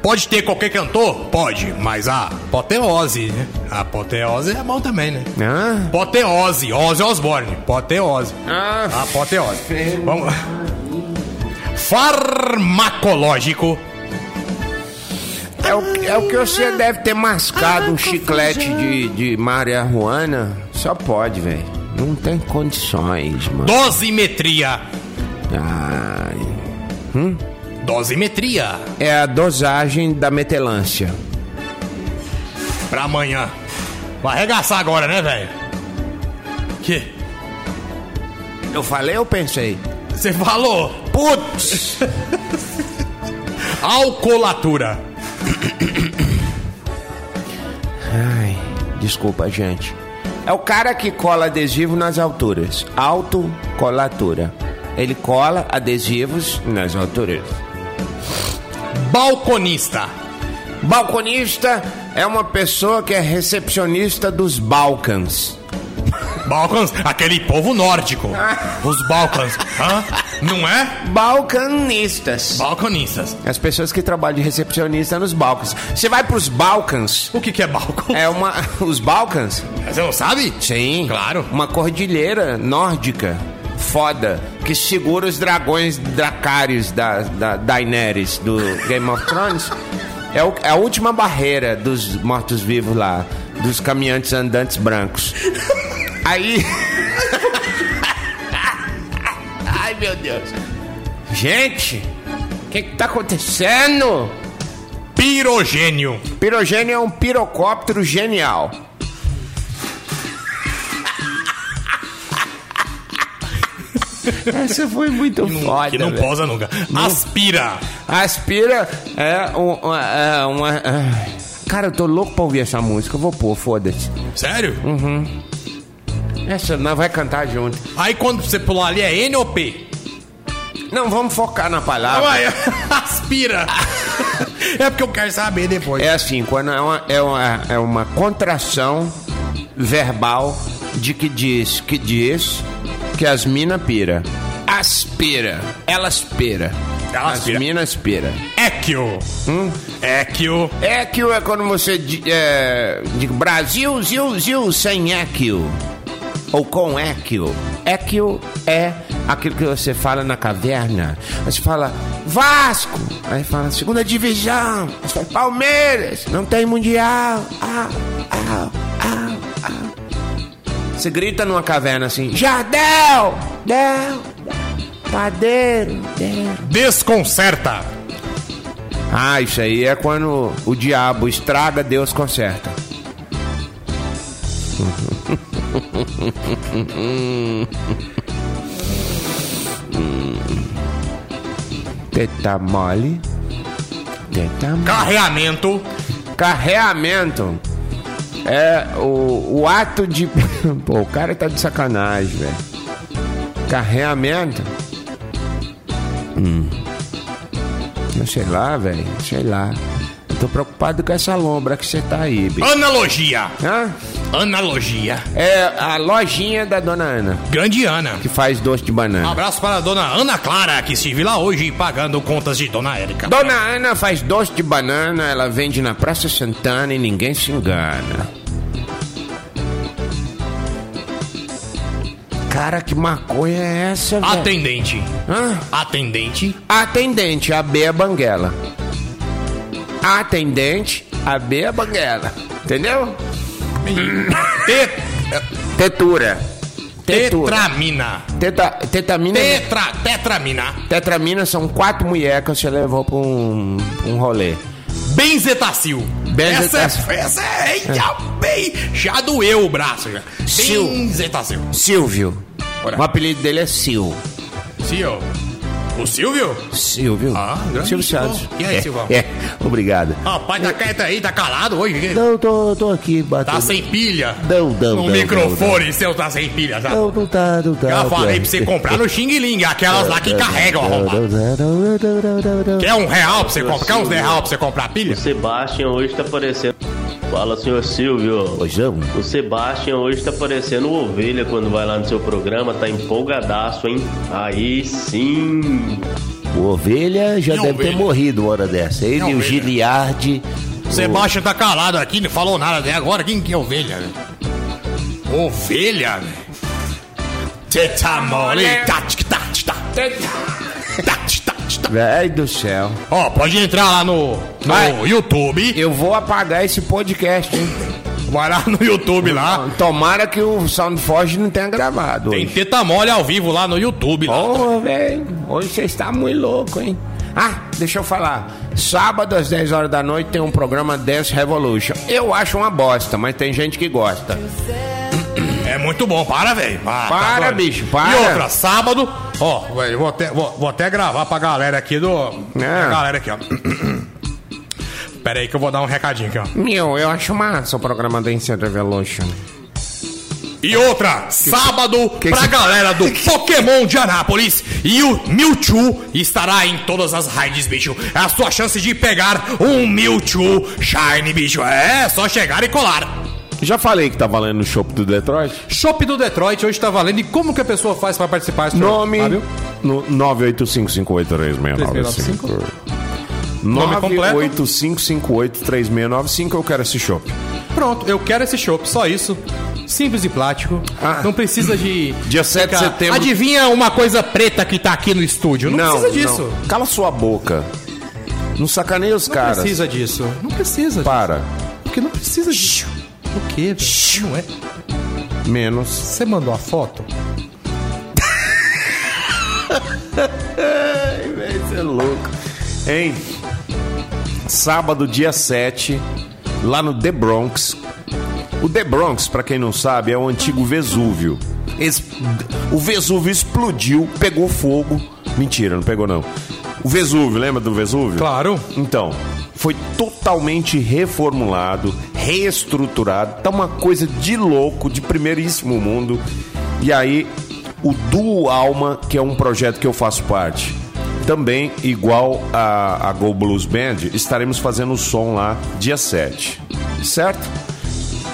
Speaker 3: Pode ter qualquer cantor? Pode, mas a apoteose, né? A apoteose é bom também, né?
Speaker 2: hã?
Speaker 3: Apoteose, Ozzy Osbourne. Apoteose.
Speaker 2: Ah,
Speaker 3: Apoteose. Vamos. Farmacológico.
Speaker 2: É o, é o que você deve ter mascado um chiclete de, de marihuana. Só pode, velho. Não tem condições, mano.
Speaker 3: Dosimetria.
Speaker 2: Ai.
Speaker 3: Dosimetria.
Speaker 2: É a dosagem da metelância.
Speaker 3: Pra amanhã. Vai arregaçar agora, né, velho? Que?
Speaker 2: Eu falei ou pensei?
Speaker 3: Você falou. Putz. Alcolatura.
Speaker 2: Ai, desculpa, gente. É o cara que cola adesivo nas alturas. Autocolatura. Ele cola adesivos nas alturas.
Speaker 3: Balconista.
Speaker 2: Balconista é uma pessoa que é recepcionista dos Balcãs.
Speaker 3: Balcãs, aquele povo nórdico. Os Balcãs. Hã? Não é?
Speaker 2: Balcanistas.
Speaker 3: Balconistas.
Speaker 2: As pessoas que trabalham de recepcionista nos Balcãs. Você vai pros Balcãs,
Speaker 3: O que, que é balcão?
Speaker 2: é uma. Os Balcãs?
Speaker 3: Você não sabe?
Speaker 2: Sim.
Speaker 3: Claro.
Speaker 2: Uma cordilheira nórdica foda que segura os dragões dracários da, da Daenerys do Game of Thrones. É, o- é a última barreira dos mortos-vivos lá, dos caminhantes andantes brancos. Aí. Ai, meu Deus. Gente, o que, que tá acontecendo?
Speaker 3: Pirogênio.
Speaker 2: Pirogênio é um pirocóptero genial. Essa foi muito foda.
Speaker 3: que não
Speaker 2: velho.
Speaker 3: posa nunca. Aspira.
Speaker 2: Aspira é um- uma. é uma- é- Cara, eu tô louco pra ouvir essa música. Eu vou pôr, foda-se.
Speaker 3: Sério?
Speaker 2: Essa não vai cantar junto.
Speaker 3: Aí quando você pular ali é N ou P?
Speaker 2: Não, vamos focar na
Speaker 3: Ah,
Speaker 2: palavra.
Speaker 3: vai. Aspira. é porque eu quero saber depois.
Speaker 2: É assim, quando é uma, é uma, é uma contração verbal de que diz que diz que as mina pira. Aspira. Elas pira.
Speaker 3: Elas
Speaker 2: as
Speaker 3: pira.
Speaker 2: minas pira.
Speaker 3: Equio. Equio.
Speaker 2: É que é quando você di- é, de Brasil, zil, zil, sem equio. Ou com equio. Equio é aquilo que você fala na caverna. Aí Você fala Vasco. Aí fala segunda divisão. Aí Você fala Palmeiras. Não tem mundial. Ah, ah, ah, ah. Você grita numa caverna assim: Jardel! Del! Padeiro! Del!
Speaker 3: Desconcerta.
Speaker 2: Ah, isso aí é quando o diabo estraga, Deus conserta. Teta mole. Teta mole.
Speaker 3: Carreamento.
Speaker 2: Carreamento é o, o ato de. Pô, o cara tá de sacanagem, velho. Carreamento. Hum. Eu sei lá, velho. Sei lá. Eu tô preocupado com essa lombra que você tá aí, bicho.
Speaker 3: Analogia.
Speaker 2: Hã?
Speaker 3: Analogia.
Speaker 2: É a lojinha da dona Ana,
Speaker 3: Grande Ana.
Speaker 2: que faz doce de
Speaker 3: Um
Speaker 2: banana.
Speaker 3: abraço para a dona Ana Clara, que estive lá hoje pagando contas de dona Érica.
Speaker 2: Dona Ana faz doce de banana, ela vende na Praça Santana e ninguém se engana. Cara, que maconha é essa, velho?
Speaker 3: Atendente.
Speaker 2: Hã?
Speaker 3: Atendente.
Speaker 2: Atendente, a Bea Banguela. Atendente, a Bea Banguela. Entendeu?
Speaker 3: Te-
Speaker 2: Tetura. Tetura.
Speaker 3: tetramina.
Speaker 2: Teta, tetamina.
Speaker 3: Tetra, tetramina.
Speaker 2: Tetramina são quatro mulheres que você levou pra um, um rolê.
Speaker 3: Benzetacil.
Speaker 2: Benzetacil.
Speaker 3: Essa, é- essa é. Já, bem, já doeu o braço. Já.
Speaker 2: Sil.
Speaker 3: Benzetacil.
Speaker 2: Silvio.
Speaker 3: Ora.
Speaker 2: O apelido dele é Sil.
Speaker 3: Sil. O Silvio?
Speaker 2: Silvio.
Speaker 3: Ah, grande
Speaker 2: Silvio
Speaker 3: Silvão.
Speaker 2: Santos.
Speaker 3: E aí,
Speaker 2: É,
Speaker 3: Silvão?
Speaker 2: É, obrigado.
Speaker 3: Rapaz, tá quieto aí, tá calado hoje.
Speaker 2: Não, eu tô, eu tô aqui batendo.
Speaker 3: Tá sem pilha.
Speaker 2: Não, não,
Speaker 3: No
Speaker 2: não,
Speaker 3: microfone seu tá sem pilha, tá?
Speaker 2: Não, não tá, não tá.
Speaker 3: Já falei pra
Speaker 2: Piá.
Speaker 3: você comprar no Xing Ling, aquelas lá que carregam,
Speaker 2: Não, não,
Speaker 3: arrombado.
Speaker 2: não, não, não, não, não, não.
Speaker 3: Quer um real pra você comprar? Quer uns 10 real pra você comprar pilha?
Speaker 9: Sebastian hoje tá parecendo. Fala, senhor Silvio.
Speaker 2: Ô, João,
Speaker 9: O Sebastian hoje tá parecendo uma ovelha quando vai lá no seu programa, tá empolgadaço, hein? Aí sim.
Speaker 2: o Ovelha já
Speaker 3: Minha
Speaker 2: deve ter
Speaker 3: ovelha.
Speaker 2: morrido uma hora dessa. Ele
Speaker 3: Minha
Speaker 2: e o
Speaker 3: ovelha.
Speaker 2: Giliardi.
Speaker 3: Sebastião tá calado aqui, não falou nada até agora. Quem que é ovelha, velho? Ovelha, velho? Teta mole, tá, tat, tat, tat, tat, tat, tat.
Speaker 2: Ai do céu.
Speaker 3: tá, Ó, pode entrar lá no, no
Speaker 2: Vai.
Speaker 3: YouTube.
Speaker 2: Eu vou apagar esse podcast, hein?
Speaker 3: Vai lá no YouTube lá.
Speaker 2: Tomara que o SoundForge não tenha gravado.
Speaker 3: Tem teta mole ao vivo lá no YouTube. Lá.
Speaker 2: Porra, velho. Hoje você está muito louco, hein? Ah, deixa eu falar. Sábado às 10 horas da noite tem um programa Dance Revolution. Eu acho uma bosta, mas tem gente que gosta.
Speaker 3: É muito bom, para, velho. Ah,
Speaker 2: Para,
Speaker 3: doido.
Speaker 2: bicho, para.
Speaker 3: E outra, sábado, ó, velho, vou até, vou, vou até gravar pra galera aqui do.
Speaker 2: É.
Speaker 3: Pra galera aqui, ó. Pera aí que eu vou dar um recadinho aqui, ó.
Speaker 2: Meu, eu acho massa o programa Dance Revolution.
Speaker 3: E outra, sábado, pra galera do Pokémon de Anápolis. E o Mewtwo estará em todas as raids, bicho. É a sua chance de pegar um Mewtwo Shine, bicho. É só chegar e colar.
Speaker 2: Já falei que tá valendo o show do Detroit?
Speaker 4: Shop do Detroit hoje tá valendo. E como que a pessoa faz pra participar? senhor
Speaker 2: Nome
Speaker 4: Fábio?
Speaker 2: no 985583695. 985583695 eu quero esse show.
Speaker 4: Pronto, eu quero esse chopp, só isso. Simples e plástico.
Speaker 2: Ah.
Speaker 4: Não precisa de.
Speaker 2: Dia 7 de
Speaker 4: ficar-
Speaker 2: setembro.
Speaker 4: Adivinha uma coisa preta que tá aqui no estúdio? Não, precisa disso. Não,
Speaker 2: não. Cala sua boca. Não sacaneia os caras.
Speaker 4: precisa disso. Não precisa.
Speaker 2: Para.
Speaker 4: Porque não precisa disso. O quê, velho? Não é?
Speaker 2: Menos.
Speaker 4: Você mandou a foto?
Speaker 2: Você é louco. Hein? Sábado, dia 7, lá no The Bronx. O The Bronx, pra quem não sabe, é o antigo Vesúvio. Es- O Vesúvio explodiu, pegou fogo. Mentira, não pegou não. O Vesúvio, lembra do Vesúvio?
Speaker 4: Claro.
Speaker 2: Então, foi totalmente reformulado, reestruturado, tá uma coisa de louco, de primeiríssimo mundo. E aí, o Duo Alma, que é um projeto que eu faço parte, também igual a, a Go Blues Band, estaremos fazendo o som lá dia 7, certo?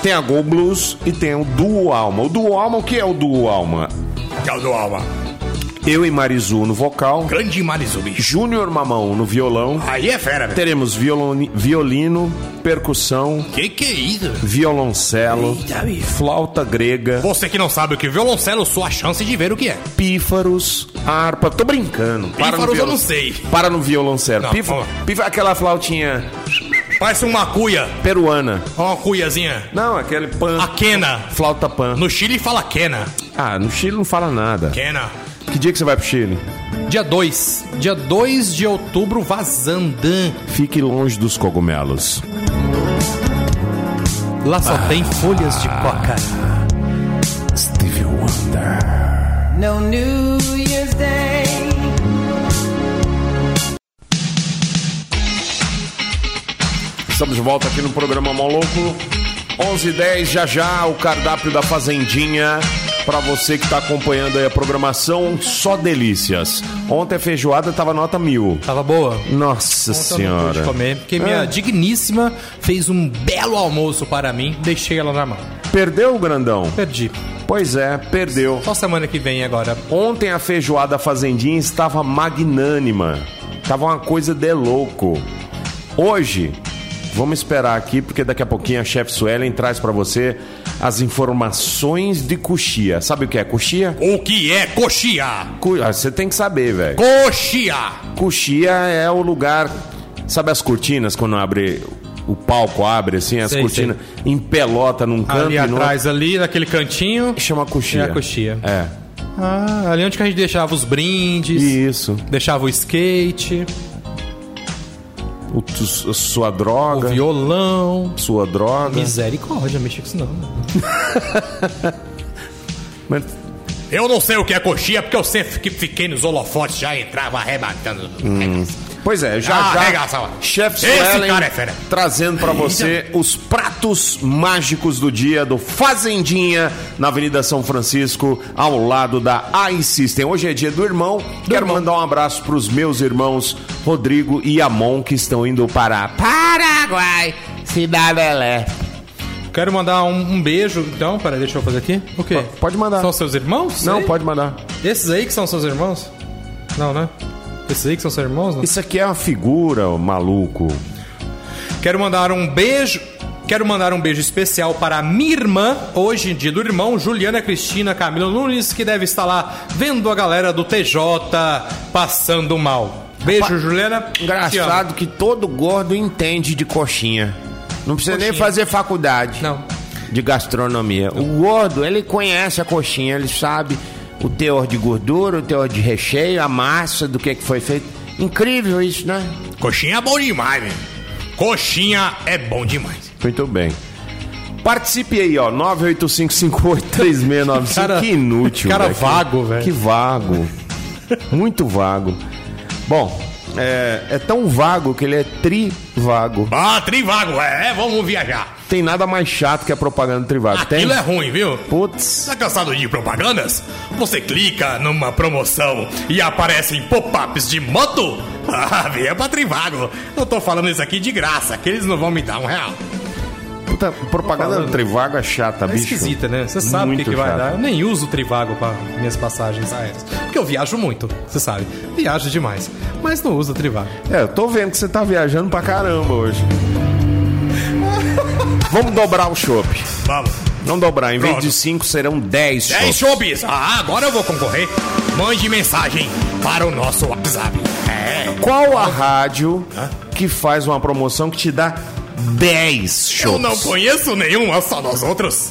Speaker 2: Tem a Go Blues e tem o Duo Alma. O Duo Alma, o que é o Duo Alma?
Speaker 3: Caldo Alma.
Speaker 2: Eu e Marizu no vocal,
Speaker 3: Grande Marizu, bicho.
Speaker 2: Júnior Mamão no violão.
Speaker 3: Aí é fera, velho.
Speaker 2: Teremos violoni- violino, percussão,
Speaker 3: Que que é isso?
Speaker 2: violoncelo,
Speaker 3: Eita, bicho.
Speaker 2: flauta grega,
Speaker 3: Você que não sabe o que é violoncelo, sua chance de ver o que é.
Speaker 2: pífaros, harpa. Tô brincando. Para no
Speaker 3: Pífaros eu
Speaker 2: violon-
Speaker 3: não sei.
Speaker 2: Para no violoncelo.
Speaker 3: Não,
Speaker 2: Pífaro,
Speaker 3: fala.
Speaker 2: pífaro é aquela flautinha
Speaker 3: Parece uma cuia.
Speaker 2: peruana.
Speaker 3: Uma cuiazinha.
Speaker 2: Não, aquele pan.
Speaker 3: A quena.
Speaker 2: Flauta pan.
Speaker 3: Ah. No Chile fala quena.
Speaker 2: Ah, no Chile não fala nada.
Speaker 3: Quena.
Speaker 2: Que dia que você vai pro Chile?
Speaker 4: Dia 2. Dia 2 de outubro, Vazandan.
Speaker 2: Fique longe dos cogumelos. Ah.
Speaker 4: Lá só tem folhas de coca.
Speaker 2: Steve
Speaker 3: um
Speaker 2: Wonder.
Speaker 10: No New Year's Day.
Speaker 2: Estamos de volta aqui no programa Maluco. 11h10, já já, o cardápio da Fazendinha. Pra você que tá acompanhando aí a programação, só delícias. Ontem a feijoada tava nota mil.
Speaker 4: Tava boa?
Speaker 2: Nossa
Speaker 4: Ontem eu não pude
Speaker 2: senhora.
Speaker 4: comer, porque minha
Speaker 2: Ah.
Speaker 4: digníssima fez um belo almoço para mim, deixei ela na mão.
Speaker 2: Perdeu o grandão?
Speaker 4: Perdi.
Speaker 2: Pois é, perdeu.
Speaker 4: Só semana que vem agora.
Speaker 2: Ontem a feijoada Fazendinha estava magnânima. Tava uma coisa de louco. Hoje, vamos esperar aqui, porque daqui a pouquinho a chefe Suelen traz pra você as informações de coxia. Sabe o que é coxia?
Speaker 3: O que é coxia?
Speaker 2: Cu- ah, Você tem que saber, velho.
Speaker 3: Coxia!
Speaker 2: Coxia é o lugar. Sabe as cortinas quando abre. O palco abre, assim, as
Speaker 4: Sei,
Speaker 2: cortinas em pelota num canto
Speaker 4: ali
Speaker 2: e no
Speaker 4: atrás, ali, naquele cantinho.
Speaker 2: outro, chama coxia.
Speaker 4: É a coxia.
Speaker 2: É.
Speaker 4: Ah, ali onde que a gente deixava os brindes,
Speaker 2: Isso.
Speaker 4: deixava o skate,
Speaker 2: O, tu- su- sua droga.
Speaker 4: o violão.
Speaker 2: Sua droga.
Speaker 4: Misericórdia, mexa com isso não.
Speaker 2: Mas
Speaker 3: Eu não sei o que é coxinha, porque eu sempre que fiquei nos holofotes, já entrava arrebatando.
Speaker 1: Pois é, já
Speaker 3: Ah,
Speaker 1: já.
Speaker 3: arregaça, mano.
Speaker 1: Chef
Speaker 3: Esse
Speaker 1: Suelen
Speaker 3: cara é fera.
Speaker 1: trazendo pra você os pratos mágicos do dia do Fazendinha na Avenida São Francisco, ao lado da iSystem. Hoje é dia do irmão. Quero mandar um abraço pros meus irmãos Rodrigo e Amon que estão indo para Paraguai, Cidadelé.
Speaker 4: Quero mandar um, um beijo, então. Pera, deixa eu fazer aqui. O quê?
Speaker 1: pode mandar.
Speaker 4: São seus irmãos?
Speaker 1: Não,
Speaker 4: Sei.
Speaker 1: pode mandar.
Speaker 4: Esses aí que são seus irmãos? Não, né? Esses aí que são seus irmãos? Não?
Speaker 1: Isso aqui é uma figura, ô maluco.
Speaker 4: Quero mandar um beijo. Quero mandar um beijo especial para a minha irmã, hoje, dia do irmão, Juliana Cristina Camilo Nunes, que deve estar lá vendo a galera do TJ passando mal. Beijo, Juliana. Te amo.
Speaker 1: Engraçado que todo gordo entende de coxinha. Não precisa nem fazer faculdade.
Speaker 4: Não.
Speaker 1: De gastronomia. O gordo, ele conhece a coxinha, ele sabe o teor de gordura, o teor de recheio, a massa, do que, que foi feito. Incrível isso, né?
Speaker 3: Coxinha é bom demais, velho. Coxinha é bom demais.
Speaker 1: Muito bem. Participe aí, ó. 985583695.
Speaker 4: Cara-
Speaker 1: que inútil.
Speaker 4: cara
Speaker 1: velho. Que-
Speaker 4: vago, velho.
Speaker 1: Que vago. Muito vago. Bom, é, é tão vago que ele é trivago.
Speaker 3: Ah, trivago, é, é, vamos viajar.
Speaker 1: Tem nada mais chato que a propaganda trivago. Tem?
Speaker 3: Aquilo é ruim, viu?
Speaker 1: Putz.
Speaker 3: Tá cansado de propagandas? Você clica numa promoção e aparecem pop-ups de moto? Ah, venha pra Trivago. Eu tô falando isso aqui de graça, que eles não vão me dar um real.
Speaker 1: Puta, propaganda do Trivago é chata,
Speaker 4: É
Speaker 3: Tá
Speaker 1: bicho.
Speaker 4: esquisita, né? Você sabe o que,
Speaker 1: Muito
Speaker 4: que vai
Speaker 1: chato.
Speaker 4: dar. Eu nem uso o Trivago para minhas passagens aéreas. Porque eu viajo muito, você sabe. Viajo demais. Mas não uso o Trivago.
Speaker 1: É, eu tô vendo que você tá viajando pra caramba hoje. Vamos dobrar o chopp.
Speaker 3: Vamos.
Speaker 1: Vamos dobrar. Em vez
Speaker 3: Pronto.
Speaker 1: de 5, serão 10
Speaker 3: 10
Speaker 1: chopps.
Speaker 3: shows. Ah, agora eu vou concorrer. Mande mensagem para o nosso WhatsApp. É.
Speaker 1: Qual a rádio que faz uma promoção que te dá 10
Speaker 3: Eu não
Speaker 1: chopps?
Speaker 3: conheço nenhuma, só nós outros.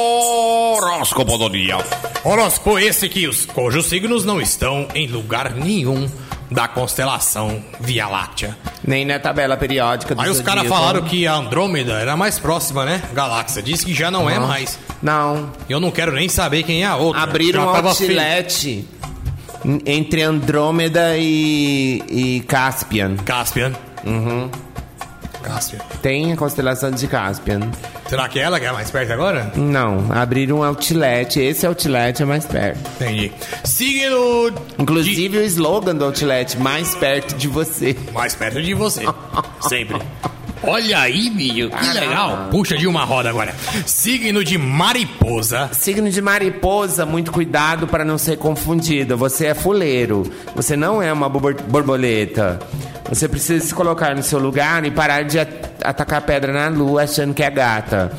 Speaker 2: Horóscopo do dia.
Speaker 3: Horóscopo esse que os cujos signos não estão em lugar nenhum da constelação Via Láctea.
Speaker 2: Nem
Speaker 1: né,
Speaker 2: na tabela periódica do
Speaker 3: Aí os caras falaram que a Andrômeda era a mais próxima, né? Galáxia. Diz que já não é mais.
Speaker 2: Não.
Speaker 3: Eu não quero nem saber quem é a outra.
Speaker 2: Abriram
Speaker 3: Já
Speaker 2: um
Speaker 3: tava feio.
Speaker 2: outlet en- entre Andrômeda e, e Caspian.
Speaker 3: Caspian. Uhum. Caspian.
Speaker 2: Tem a constelação de Caspian.
Speaker 3: Será que é ela que é mais perto agora?
Speaker 2: Não, abriram um outlet. Esse outlet é mais perto.
Speaker 3: Entendi. Signo.
Speaker 2: Inclusive o slogan do outlet, mais perto de você.
Speaker 3: de- Mais perto de você. Sempre. Olha aí, bicho. Que legal. Puxa de uma roda agora. Signo de mariposa.
Speaker 2: Signo de mariposa, muito cuidado para não ser confundida. Você é fuleiro, você não é uma bobor- borboleta. Você precisa se colocar no seu lugar e parar de at- atacar pedra na lua achando que é gata.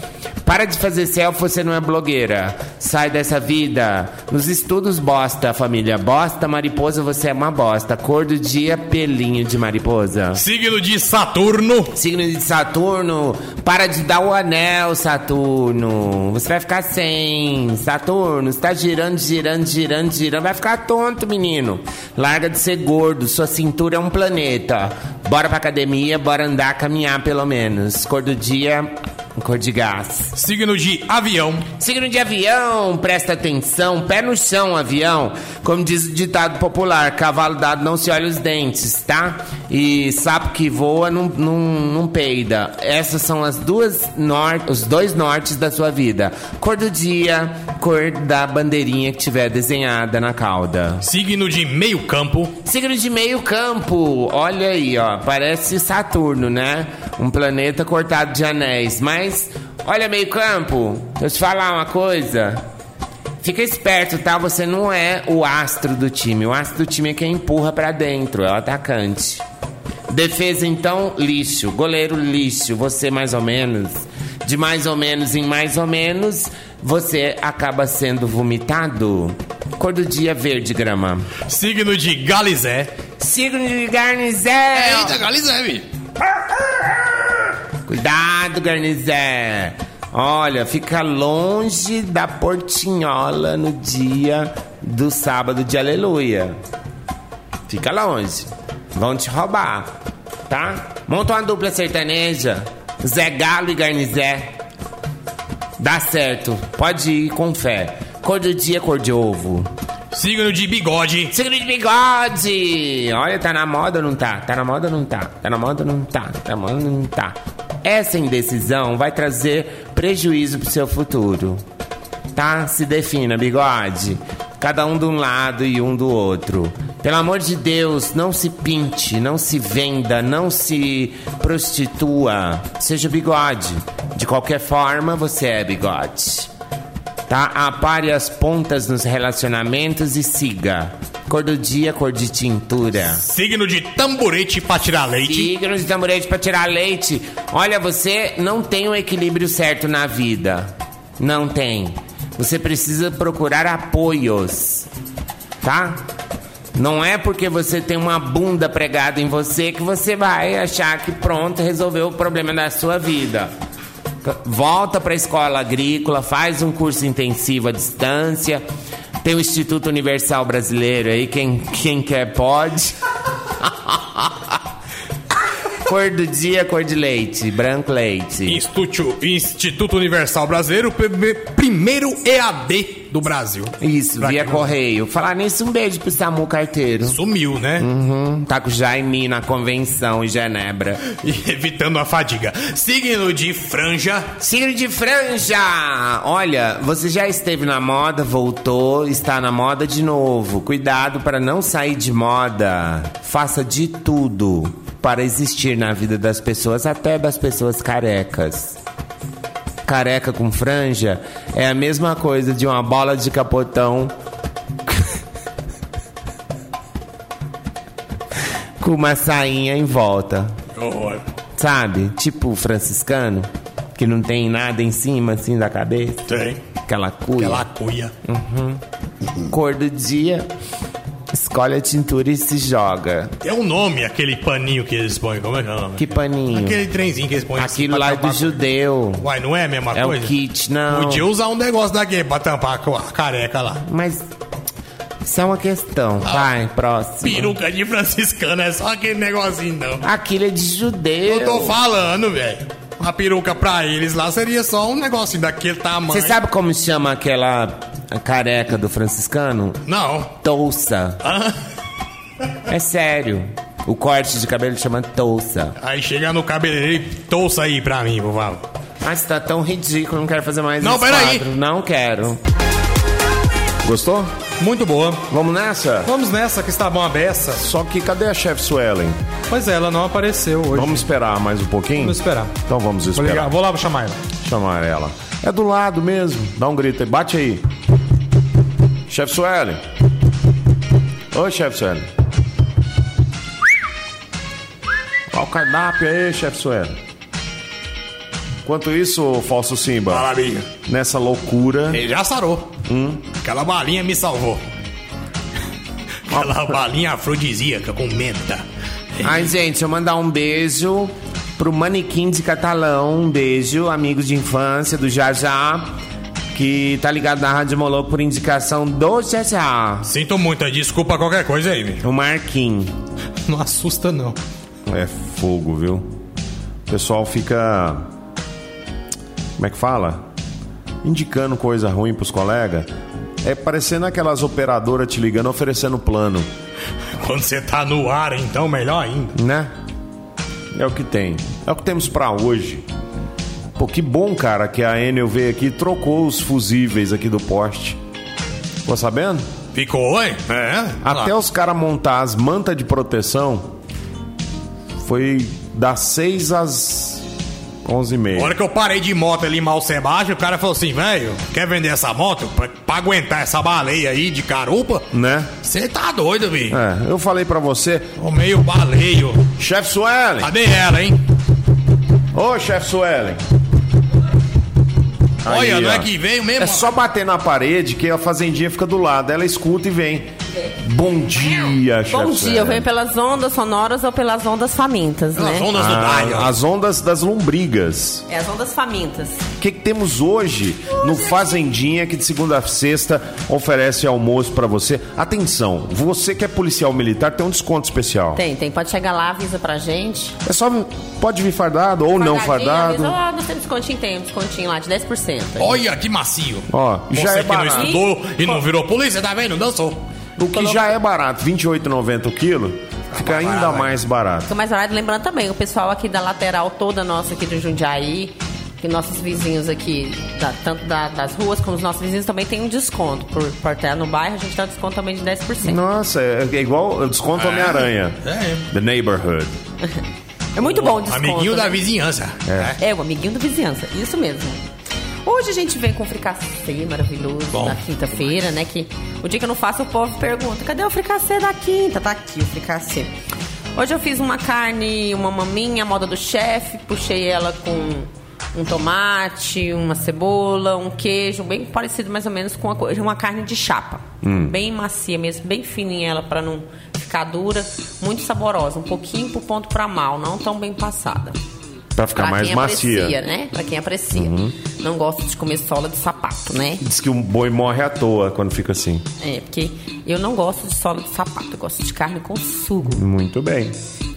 Speaker 2: Para de fazer selfie, você não é blogueira. Sai dessa vida. Nos estudos, bosta, família. Bosta, mariposa, você é uma bosta. Cor do dia, pelinho de mariposa.
Speaker 3: Signo de Saturno.
Speaker 2: Signo de Saturno, para de dar o anel, Saturno. Você vai ficar sem. Saturno, você tá girando, girando, girando, girando. Vai ficar tonto, menino. Larga de ser gordo, sua cintura é um planeta. Bora pra academia, bora andar, caminhar pelo menos. Cor do dia, cor de gás.
Speaker 3: Signo de avião.
Speaker 2: Signo de avião, presta atenção, pé no chão, avião. Como diz o ditado popular, cavalo dado não se olha os dentes, tá? E sapo que voa não, não, não peida. Essas são as duas nor os dois nortes da sua vida. Cor do dia, cor da bandeirinha que tiver desenhada na cauda.
Speaker 3: Signo de meio campo.
Speaker 2: Signo de meio campo, olha aí, ó, parece Saturno, né? Um planeta cortado de anéis, mas olha meio campo, deixa eu te falar uma coisa. Fica esperto, tá? Você não é o astro do time. O astro do time é quem empurra pra dentro, é o atacante. Defesa então, lixo. Goleiro lixo, você mais ou menos. De mais ou menos em mais ou menos, você acaba sendo vomitado. Cor do dia verde grama.
Speaker 3: Signo de Galizé.
Speaker 2: Signo de Garnizé.
Speaker 3: Galizé, vi.
Speaker 2: Cuidado, Garnizé. Olha, fica longe da portinhola no dia do sábado de aleluia. Fica longe. Vão te roubar, tá? Monta uma dupla sertaneja. Zé Galo e Garnizé. Dá certo. Pode ir com fé. Cor do dia, cor de ovo.
Speaker 3: Signo de bigode.
Speaker 2: Signo de bigode! Olha, tá na moda ou não tá? Tá na moda ou não tá? Tá na moda ou não tá? Tá na moda ou não tá? Essa indecisão vai trazer prejuízo pro seu futuro. Tá? Se defina, bigode. Cada um de um lado e um do outro. Pelo amor de Deus, não se pinte, não se venda, não se prostitua. Seja bigode. De qualquer forma, você é bigode tá? Apare as pontas nos relacionamentos e siga. Cor do dia, cor de tintura.
Speaker 3: Signo de tamborete pra tirar leite.
Speaker 2: Signo de tamborete pra tirar leite. Olha, você não tem o equilíbrio certo na vida. Não tem. Você precisa procurar apoios, tá? Não é porque você tem uma bunda pregada em você que você vai achar que pronto, resolveu o problema da sua vida. Volta para a escola agrícola, faz um curso intensivo à distância. Tem o Instituto Universal Brasileiro aí, quem, quem quer pode. cor do dia, cor de leite, branco leite.
Speaker 3: Instituto, Instituto Universal Brasileiro, prime- primeiro EAD do Brasil.
Speaker 2: Isso,
Speaker 3: Pra
Speaker 2: via
Speaker 3: quem-
Speaker 2: correio. Falar nisso, um beijo pro Samu Carteiro.
Speaker 3: Sumiu, né?
Speaker 2: Uhum, tá com o Jaime na convenção em Genebra.
Speaker 3: E evitando a fadiga. Signo de franja.
Speaker 2: Signo de franja! Olha, você já esteve na moda, voltou, está na moda de novo. Cuidado para não sair de moda. Faça de tudo para existir na vida das pessoas, até das pessoas carecas. Careca com franja é a mesma coisa de uma bola de capotão com uma sainha em volta
Speaker 3: Horror.
Speaker 2: sabe? Tipo o franciscano, que não tem nada em cima, assim, da cabeça.
Speaker 3: Tem.
Speaker 2: Aquela cuia.
Speaker 3: Aquela cuia.
Speaker 2: Hum. Cor do dia, escolhe a tintura e se joga.
Speaker 3: É um nome, aquele paninho que eles põem. Como é que é o nome?
Speaker 2: Que paninho.
Speaker 3: Aquele trenzinho que eles põem. assim
Speaker 2: Aquilo
Speaker 3: pra
Speaker 2: lá é
Speaker 3: tampar
Speaker 2: do
Speaker 3: a-
Speaker 2: judeu.
Speaker 3: Uai, não é a mesma
Speaker 2: É o
Speaker 3: coisa?
Speaker 2: kit, não.
Speaker 3: Podia usar um negócio daquele pra tampar a co- a careca lá.
Speaker 2: Mas isso é uma questão.
Speaker 3: Ah.
Speaker 2: Vai, próximo.
Speaker 3: Peruca de franciscano é só aquele negocinho, não.
Speaker 2: Aquilo é de judeu.
Speaker 3: Eu tô falando, velho. A peruca pra eles lá seria só um negocinho daquele tamanho.
Speaker 2: Você sabe como chama aquela careca do franciscano?
Speaker 3: Não.
Speaker 2: Touça.
Speaker 3: Ah.
Speaker 2: É sério. O corte de cabelo chama touça.
Speaker 3: Aí chega no cabeleireiro e touça aí pra mim, por favor.
Speaker 2: Ah, isso tá tão ridículo, não quero fazer mais
Speaker 3: Não,
Speaker 2: esse
Speaker 3: peraí.
Speaker 2: quadro. Não quero.
Speaker 1: Gostou?
Speaker 4: Muito boa.
Speaker 1: Vamos nessa?
Speaker 4: Vamos nessa que está bom a beça.
Speaker 1: Só que cadê a chefe Suelen?
Speaker 4: Pois é, ela não apareceu hoje.
Speaker 1: Vamos esperar mais um pouquinho?
Speaker 4: Vamos esperar.
Speaker 1: Então vamos
Speaker 4: Vou, ligar,
Speaker 1: esperar.
Speaker 4: vou lá vou chamar ela.
Speaker 1: Chamar ela. É do lado mesmo. Dá um grito aí. Bate aí. Chefe Suelen. Oi, chefe Suelen. Olha o cardápio aí, chefe Suelen. Enquanto isso, ô falso Simba.
Speaker 3: Fala, amigo.
Speaker 1: Nessa loucura.
Speaker 3: Ele já sarou. Aquela balinha me salvou. Aquela balinha afrodisíaca com menta.
Speaker 2: Ai, gente, eu mandar um beijo pro manequim de catalão. Um beijo, amigos de infância do Jajá, que tá ligado na Rádio Molô por indicação do Jajá.
Speaker 3: Sinto muito, desculpa qualquer coisa aí, velho.
Speaker 2: O Marquinhos.
Speaker 4: Não assusta, não.
Speaker 1: É fogo, viu? O pessoal fica. Como é que fala? Indicando coisa ruim pros colegas. É parecendo aquelas operadoras te ligando oferecendo plano,
Speaker 3: Quando você tá no ar, então, melhor ainda.
Speaker 1: né? É o que tem. É o que temos pra hoje. Pô, que bom, cara, que a Enel veio aqui e trocou os fusíveis aqui do poste. Ficou sabendo?
Speaker 3: Ficou, hein? É.
Speaker 1: Até
Speaker 3: Lá.
Speaker 1: os caras montar as mantas de proteção foi das 6 às 11 e
Speaker 3: A
Speaker 1: meia.
Speaker 3: hora que eu parei de moto ali em Mal Sebastião, o cara falou assim, velho, quer vender essa moto pra, pra aguentar essa baleia aí de carupa?
Speaker 1: Né?
Speaker 3: Você tá doido, bicho.
Speaker 1: É, eu falei pra você,
Speaker 3: Ô, meio baleio.
Speaker 1: chefe Suelen.
Speaker 3: Cadê ela, hein?
Speaker 1: Ô, chefe Suelen. Aí,
Speaker 3: Olha, não é
Speaker 1: ó.
Speaker 3: que veio mesmo?
Speaker 11: É
Speaker 1: É só bater na parede que a fazendinha fica do lado. Ela escuta e vem. Bom dia, chefe.
Speaker 11: Bom dia, eu venho pelas ondas sonoras ou pelas ondas famintas, né?
Speaker 3: As ondas do Daio.
Speaker 1: Ah, as ondas das lombrigas.
Speaker 11: É as ondas famintas.
Speaker 1: O que, que temos hoje no Fazendinha que de segunda a sexta oferece almoço pra você? Atenção, você que é policial militar tem um desconto especial.
Speaker 11: Tem, tem. Pode chegar lá, avisa pra gente.
Speaker 1: É só pode vir fardado ou não fardado.
Speaker 11: Avisa, ah, não tem descontinho, tem um descontinho lá de 10%.
Speaker 3: Olha que macio.
Speaker 1: Ó,
Speaker 3: Você
Speaker 1: já é
Speaker 3: que não
Speaker 1: barato.
Speaker 3: estudou e não virou polícia, tá vendo? Dançou.
Speaker 1: O que já é barato, 28,90 o quilo,
Speaker 11: Tá
Speaker 1: fica ainda mais barato.
Speaker 11: Fica mais barato. Lembrando também, o pessoal aqui da lateral toda nossa aqui do Jundiaí, que nossos vizinhos aqui, da- tanto da- das ruas como os nossos vizinhos, também tem um desconto. Por partear no bairro, a gente tem um desconto também de 10%.
Speaker 1: Nossa, é é igual o desconto Homem-Aranha.
Speaker 3: É.
Speaker 1: The Neighborhood.
Speaker 11: É muito bom o desconto.
Speaker 3: Amiguinho da
Speaker 11: né?
Speaker 3: vizinhança. É.
Speaker 11: É, o amiguinho da vizinhança, isso mesmo. Hoje a gente vem com o fricassê maravilhoso na quinta-feira, né? Que o dia que eu não faço, o povo pergunta: cadê o fricassê da quinta? Tá aqui o fricassê. Hoje eu fiz uma carne, uma maminha, à moda do chefe, puxei ela com um tomate, uma cebola, um queijo, bem parecido mais ou menos com uma, co- uma carne de chapa. Bem macia mesmo, bem fininha ela pra não ficar dura, muito saborosa, um pouquinho pro ponto pra mal, não tão bem passada.
Speaker 1: Pra ficar
Speaker 11: Pra
Speaker 1: mais
Speaker 11: quem
Speaker 1: macia. Uhum.
Speaker 11: aprecia, né? Pra quem aprecia. Não gosta de comer sola de sapato, né?
Speaker 1: Diz que um boi morre à toa quando fica assim.
Speaker 11: É, porque eu não gosto de sola de sapato. Eu gosto de carne com sugo,
Speaker 1: Muito bem.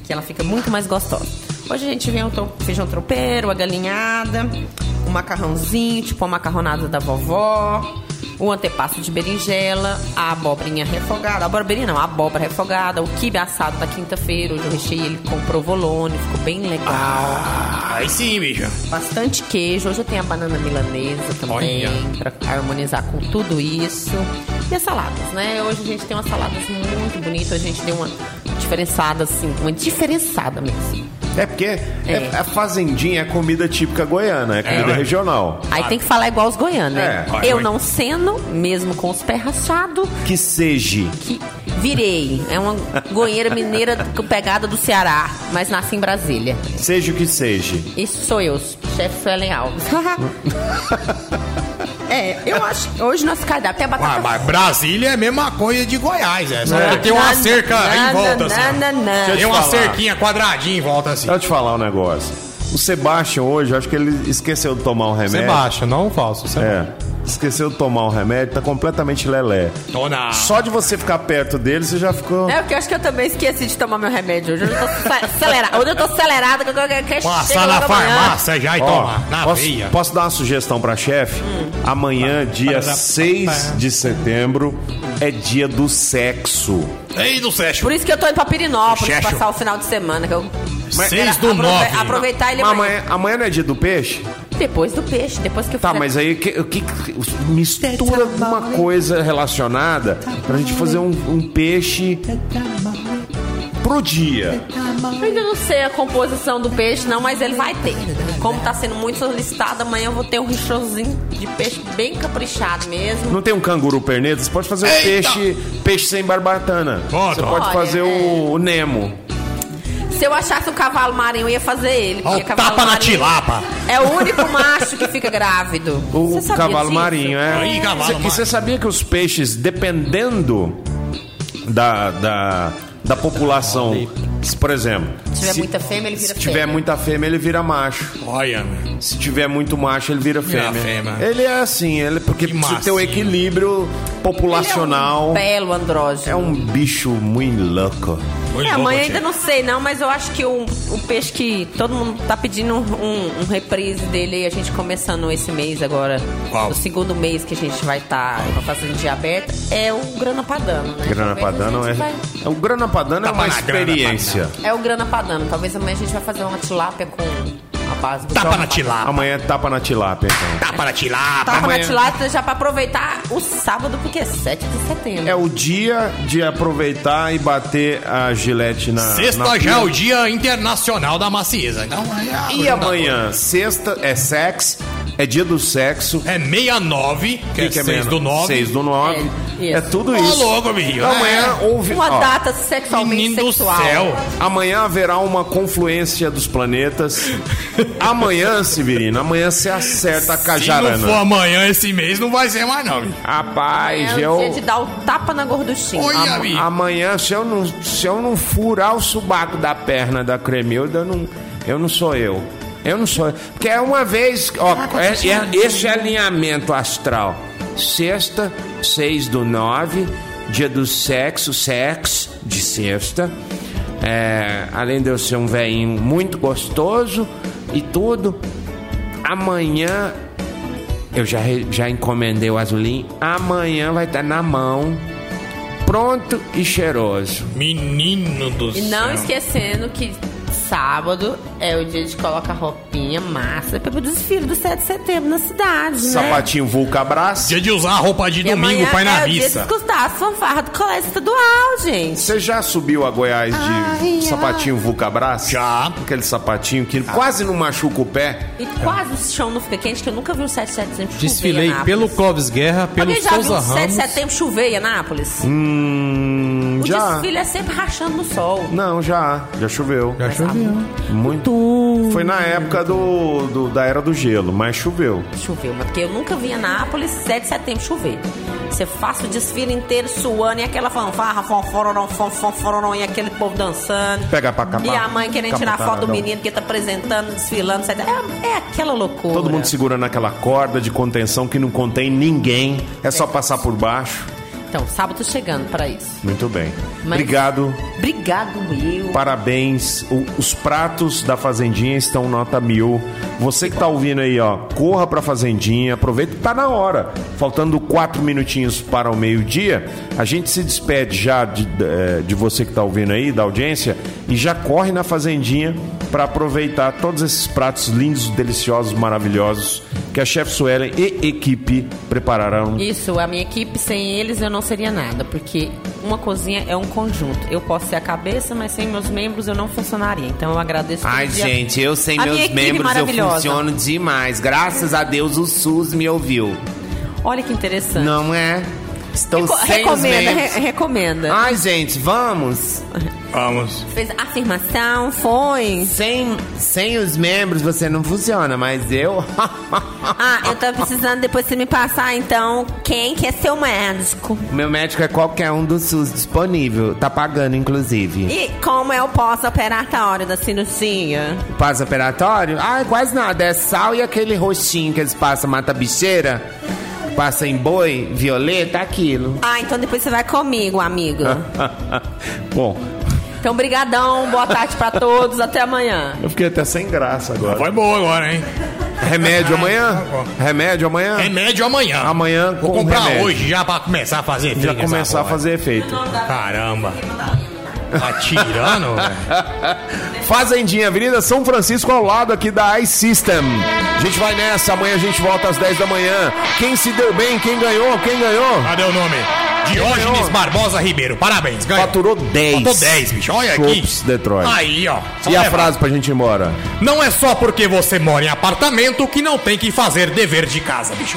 Speaker 11: que ela fica muito mais gostosa. Hoje a gente vem um tro- feijão tropeiro, a galinhada, um macarrãozinho, tipo a macarronada da vovó, o antepasso de berinjela, a abobrinha refogada. A abobrinha não, a abóbora refogada, o quibe assado da quinta-feira. Hoje eu recheei ele com provolone, ficou bem legal.
Speaker 3: Ah, aí sim, bicho.
Speaker 11: Bastante queijo. Hoje eu tenho a banana milanesa também, pra harmonizar com tudo isso. E as saladas, né? Hoje a gente tem umas saladas muito bonitas. A gente deu uma diferenciada, assim, uma diferenciada mesmo.
Speaker 1: É porque é. a fazendinha é comida típica goiana, é comida
Speaker 3: ué.
Speaker 1: regional.
Speaker 11: Aí tem que falar igual os goianos, né?
Speaker 3: É.
Speaker 11: eu não sendo, mesmo com os pés rachados,
Speaker 1: Que seja.
Speaker 11: que virei. É uma goianeira mineira com pegada do Ceará, mas nasci em Brasília.
Speaker 1: Seja o que seja.
Speaker 11: Isso sou eu, chefe Suelen Alves. é, eu acho que hoje nosso cardápio é batata
Speaker 3: Ah, mas Brasília é a mesma coisa de Goiás, é. Só que tem
Speaker 11: Não,
Speaker 3: uma cerca
Speaker 11: não,
Speaker 3: em volta,
Speaker 11: não,
Speaker 3: assim. ó. Tem
Speaker 11: não, não.
Speaker 3: uma
Speaker 1: Deixa eu te falar.
Speaker 3: cerquinha quadradinha em volta, assim.
Speaker 1: Deixa eu te falar um negócio. O Sebastian hoje, acho que ele esqueceu de tomar um remédio.
Speaker 4: Você baixa, não falso. Você
Speaker 1: É. Esqueceu de tomar um remédio, tá completamente lelé.
Speaker 3: Dona.
Speaker 1: Só de você ficar perto dele, você já ficou.
Speaker 11: É, porque eu acho que eu também esqueci de tomar meu remédio. Hoje eu tô acelerada. Hoje eu tô acelerada. que eu- que eu- que eu
Speaker 3: Passar
Speaker 11: chego
Speaker 3: na
Speaker 11: logo amanhã.
Speaker 3: farmácia já e
Speaker 1: Ó,
Speaker 3: toma. Na
Speaker 1: posso,
Speaker 3: veia.
Speaker 1: posso dar uma sugestão pra chefe? Amanhã, dia 6 de setembro, é dia do sexo.
Speaker 3: Ei, do Sérgio.
Speaker 11: Por isso que eu tô indo pra Pirinópolis
Speaker 3: Checho.
Speaker 11: passar o final de semana. Que eu
Speaker 3: Seis do
Speaker 11: aprove-
Speaker 3: nove. né?
Speaker 11: Aproveitar ele
Speaker 1: Mas amanhã, amanhã não é dia do peixe?
Speaker 11: Depois do peixe, depois que eu
Speaker 1: Tá,
Speaker 11: fizer-
Speaker 1: mas aí o que, o que- mistura alguma coisa relacionada pra gente fazer um, um peixe pro dia.
Speaker 11: Eu ainda não sei a composição do peixe, não, mas ele vai ter. Como tá sendo muito solicitado, amanhã eu vou ter um richozinho de peixe bem caprichado mesmo.
Speaker 1: Não tem um canguru perneta? Você pode fazer um
Speaker 3: Eita!
Speaker 1: peixe, peixe sem barbatana.
Speaker 3: Ó,
Speaker 1: Você
Speaker 3: Tom.
Speaker 1: pode
Speaker 11: Olha,
Speaker 1: fazer o,
Speaker 11: é.
Speaker 1: o Nemo.
Speaker 11: Se eu achasse um cavalo marinho, eu ia fazer ele.
Speaker 3: Ó,
Speaker 11: porque
Speaker 3: o
Speaker 11: cavalo
Speaker 3: tapa na
Speaker 11: marinho
Speaker 3: tilapa.
Speaker 11: É o único macho que fica grávido.
Speaker 1: O
Speaker 11: Você sabia
Speaker 1: cavalo
Speaker 11: disso?
Speaker 1: marinho, é.
Speaker 3: Aí, cavalo
Speaker 1: Cê- e
Speaker 3: marinho.
Speaker 1: você sabia que os peixes, dependendo da, da, da população, se, por exemplo,
Speaker 11: Se tiver muita fêmea, ele vira
Speaker 1: se tiver
Speaker 11: fêmea.
Speaker 1: muita fêmea, ele vira macho.
Speaker 3: Olha, meu.
Speaker 1: Se tiver muito macho, ele vira
Speaker 3: Vira
Speaker 1: fêmea.
Speaker 3: fêmea.
Speaker 1: Ele é assim, ele porque
Speaker 3: Que
Speaker 1: precisa ter o
Speaker 3: massinho.
Speaker 1: equilíbrio
Speaker 11: Ele é um
Speaker 1: populacional. É
Speaker 11: belo andrógeno.
Speaker 1: um, bicho muito louco.
Speaker 3: Muito
Speaker 11: É,
Speaker 3: louco,
Speaker 11: amanhã
Speaker 3: Tchê.
Speaker 11: ainda não sei, não, mas eu acho que o, o peixe que todo mundo tá pedindo um, um reprise dele aí, a gente começando esse mês agora,
Speaker 3: Qual?
Speaker 11: o segundo mês que a gente vai estar fazendo dia aberta, é o Grana Padano, né?
Speaker 1: Grana
Speaker 11: Talvez a
Speaker 1: padano é.
Speaker 11: gente vai-
Speaker 1: é O grana padano é
Speaker 3: Tapa
Speaker 1: uma
Speaker 3: na grana,
Speaker 1: experiência.
Speaker 11: É o Grana Padano, talvez amanhã a gente vai fazer uma tilápia com a base do...
Speaker 3: Tapa na tilapa.
Speaker 1: Amanhã é tapa na tilápia, então.
Speaker 3: Tapa na tilapa.
Speaker 11: Tapa
Speaker 1: amanhã.
Speaker 11: na tilápia já pra aproveitar o sábado, porque é 7 de setembro.
Speaker 1: É o dia de aproveitar e bater a gilete na. na
Speaker 3: Sexta já é o Dia Internacional da Macieza. Então,
Speaker 1: E amanhã, sexta é sex, É dia do sexo.
Speaker 3: É 69, que, é 6 do 9.
Speaker 1: 6 do 9. É,
Speaker 11: É, isso. É,
Speaker 1: tudo
Speaker 3: Ô,
Speaker 1: isso.
Speaker 3: louco, menino.
Speaker 1: Amanhã houve.
Speaker 11: Uma
Speaker 1: ó,
Speaker 11: data sexualmente
Speaker 3: Menino do
Speaker 11: sexual.
Speaker 3: céu.
Speaker 1: Amanhã haverá uma confluência dos planetas. amanhã, Severino, amanhã você acerta a
Speaker 3: Se não for
Speaker 1: cajarana.
Speaker 3: amanhã esse mês, não vai ser mais, não. bicho.
Speaker 1: Rapaz,
Speaker 11: É o dia de
Speaker 1: eu.
Speaker 11: dar o tapa na gorduchinha.
Speaker 3: Olha,
Speaker 11: Ah,
Speaker 3: bicho.
Speaker 1: Amanhã, se eu, não, se eu não furar o subaco da perna da Cremilda, eu não, eu não sou eu. Eu não sou eu. Porque é uma vez. Ó, é- é- esse alinhamento astral. Sexta, seis do nove, dia do sexo, sexo de sexta. É, além de eu ser um velhinho muito gostoso e tudo, amanhã eu já, re- já encomendei o azulim. Amanhã vai estar na mão, pronto e cheiroso.
Speaker 3: Menino do
Speaker 11: E
Speaker 3: céu.
Speaker 11: não esquecendo que sábado é o dia de colocar roupinha massa para o desfile do 7 de setembro na cidade, né?
Speaker 1: Sapatinho Vulcabras.
Speaker 3: Dia de usar a roupa de
Speaker 11: E
Speaker 3: domingo
Speaker 11: amanhã
Speaker 3: pra ir na
Speaker 11: é o dia de
Speaker 3: missa.
Speaker 11: escutar as fanfarras do colégio estadual, gente.
Speaker 1: Você já subiu a Goiás de um sapatinho Vulcabras?
Speaker 3: Já.
Speaker 1: Aquele sapatinho que quase não machuca o pé.
Speaker 11: E quase o chão não fica quente, que eu nunca vi um 7 de setembro chover em
Speaker 4: Desfilei
Speaker 11: Anápolis.
Speaker 4: pelo Clóvis Guerra, pelo
Speaker 11: Alguém já viu
Speaker 4: Souza
Speaker 11: um 7
Speaker 4: Ramos.
Speaker 11: de setembro chover em Anápolis?
Speaker 1: Hum,
Speaker 11: o
Speaker 1: já.
Speaker 11: desfile é sempre rachando no sol.
Speaker 1: Não, já. Já choveu. tá
Speaker 4: Já choveu.
Speaker 1: Muito. Foi na época do, do- da era do gelo, mas choveu.
Speaker 11: Choveu, mas porque eu nunca vi em Anápolis 7 de setembro chover. Você faz o desfile inteiro suando e aquela fanfarra, fonfororom, fonfororom, e aquele povo dançando.
Speaker 1: Pega pra cá,
Speaker 11: E
Speaker 1: pá.
Speaker 11: a mãe querendo
Speaker 1: Cá,
Speaker 11: tirar
Speaker 1: pá,
Speaker 11: foto do
Speaker 1: não.
Speaker 11: menino que tá apresentando, desfilando, sabe? É, é aquela loucura.
Speaker 1: Todo mundo segurando aquela corda de contenção que não contém ninguém. É só passar por baixo.
Speaker 11: Então, sábado chegando pra isso.
Speaker 1: Muito bem.
Speaker 11: Mas-
Speaker 1: Obrigado.
Speaker 11: Obrigado, eu.
Speaker 1: Parabéns. O- os pratos da Fazendinha estão nota mil. Você que tá ouvindo aí, ó, corra pra Fazendinha, aproveita que tá na hora. Faltando quatro minutinhos para o meio-dia, a gente se despede já de, eh, de você que tá ouvindo aí, da audiência, e já corre na Fazendinha para aproveitar todos esses pratos lindos, deliciosos, maravilhosos que a chefe Suelen e equipe prepararão.
Speaker 11: Isso, a minha equipe, sem eles eu não seria nada, porque uma cozinha é um conjunto. Eu posso ser a cabeça, mas sem meus membros eu não funcionaria. Então eu agradeço
Speaker 2: Ai,
Speaker 11: todo dia
Speaker 2: gente, eu sem
Speaker 11: a minha
Speaker 2: meus
Speaker 11: equipe
Speaker 2: membros eu
Speaker 11: maravilhosa.
Speaker 2: funciono demais. Graças a Deus o SUS me ouviu.
Speaker 11: Olha que interessante.
Speaker 2: Não é? Estou
Speaker 11: Tá. Reco-
Speaker 2: sem os
Speaker 11: recomenda,
Speaker 2: membros.
Speaker 11: re- recomenda.
Speaker 2: Ai, gente, vamos.
Speaker 3: Vamos.
Speaker 11: Fez afirmação, foi.
Speaker 2: Sem, sem os membros você não funciona, mas eu.
Speaker 11: Ah, eu tô precisando depois você me passar, então, quem que é seu médico?
Speaker 2: Meu médico é qualquer um do SUS disponível. Tá pagando, inclusive.
Speaker 11: E como é o pós-operatório da cirurgia?
Speaker 2: Pós-operatório? Ai, quase nada. É sal e aquele roxinho que eles passam, mata bicheira. Passa em boi, violeta, aquilo.
Speaker 11: Ah, então depois você vai comigo, amiga.
Speaker 1: Bom,
Speaker 11: Então, brigadão, boa tarde pra todos, até amanhã.
Speaker 1: eu fiquei até sem graça agora.
Speaker 3: Foi boa agora, hein?
Speaker 1: Remédio amanhã?
Speaker 3: tá bom.
Speaker 1: Remédio
Speaker 11: Ah.
Speaker 1: amanhã?
Speaker 3: Remédio amanhã.
Speaker 1: Amanhã
Speaker 3: Vou
Speaker 1: com
Speaker 3: comprar
Speaker 1: remédio.
Speaker 3: hoje já pra começar a fazer
Speaker 1: Já
Speaker 3: efeito essa
Speaker 1: começar a
Speaker 3: porra.
Speaker 1: fazer efeito.
Speaker 3: Caramba. Tá tirando, velho.
Speaker 1: Fazendinha, Avenida São Francisco, ao lado aqui da iSystem. A gente vai nessa, amanhã a gente volta às 10 da manhã. Quem se deu bem, quem ganhou, quem ganhou?
Speaker 3: Cadê o nome? Diógenes
Speaker 1: Ganhou.
Speaker 3: Barbosa Ribeiro. Parabéns, ganhou.
Speaker 1: Faturou 10.
Speaker 3: Faltou 10, bicho. Olha
Speaker 1: Chops
Speaker 3: aqui.
Speaker 1: Detroit.
Speaker 3: Aí, ó. Só
Speaker 1: E a
Speaker 3: levar.
Speaker 1: frase pra gente ir embora?
Speaker 3: Não é só porque você mora em apartamento que não tem que fazer dever de casa, bicho.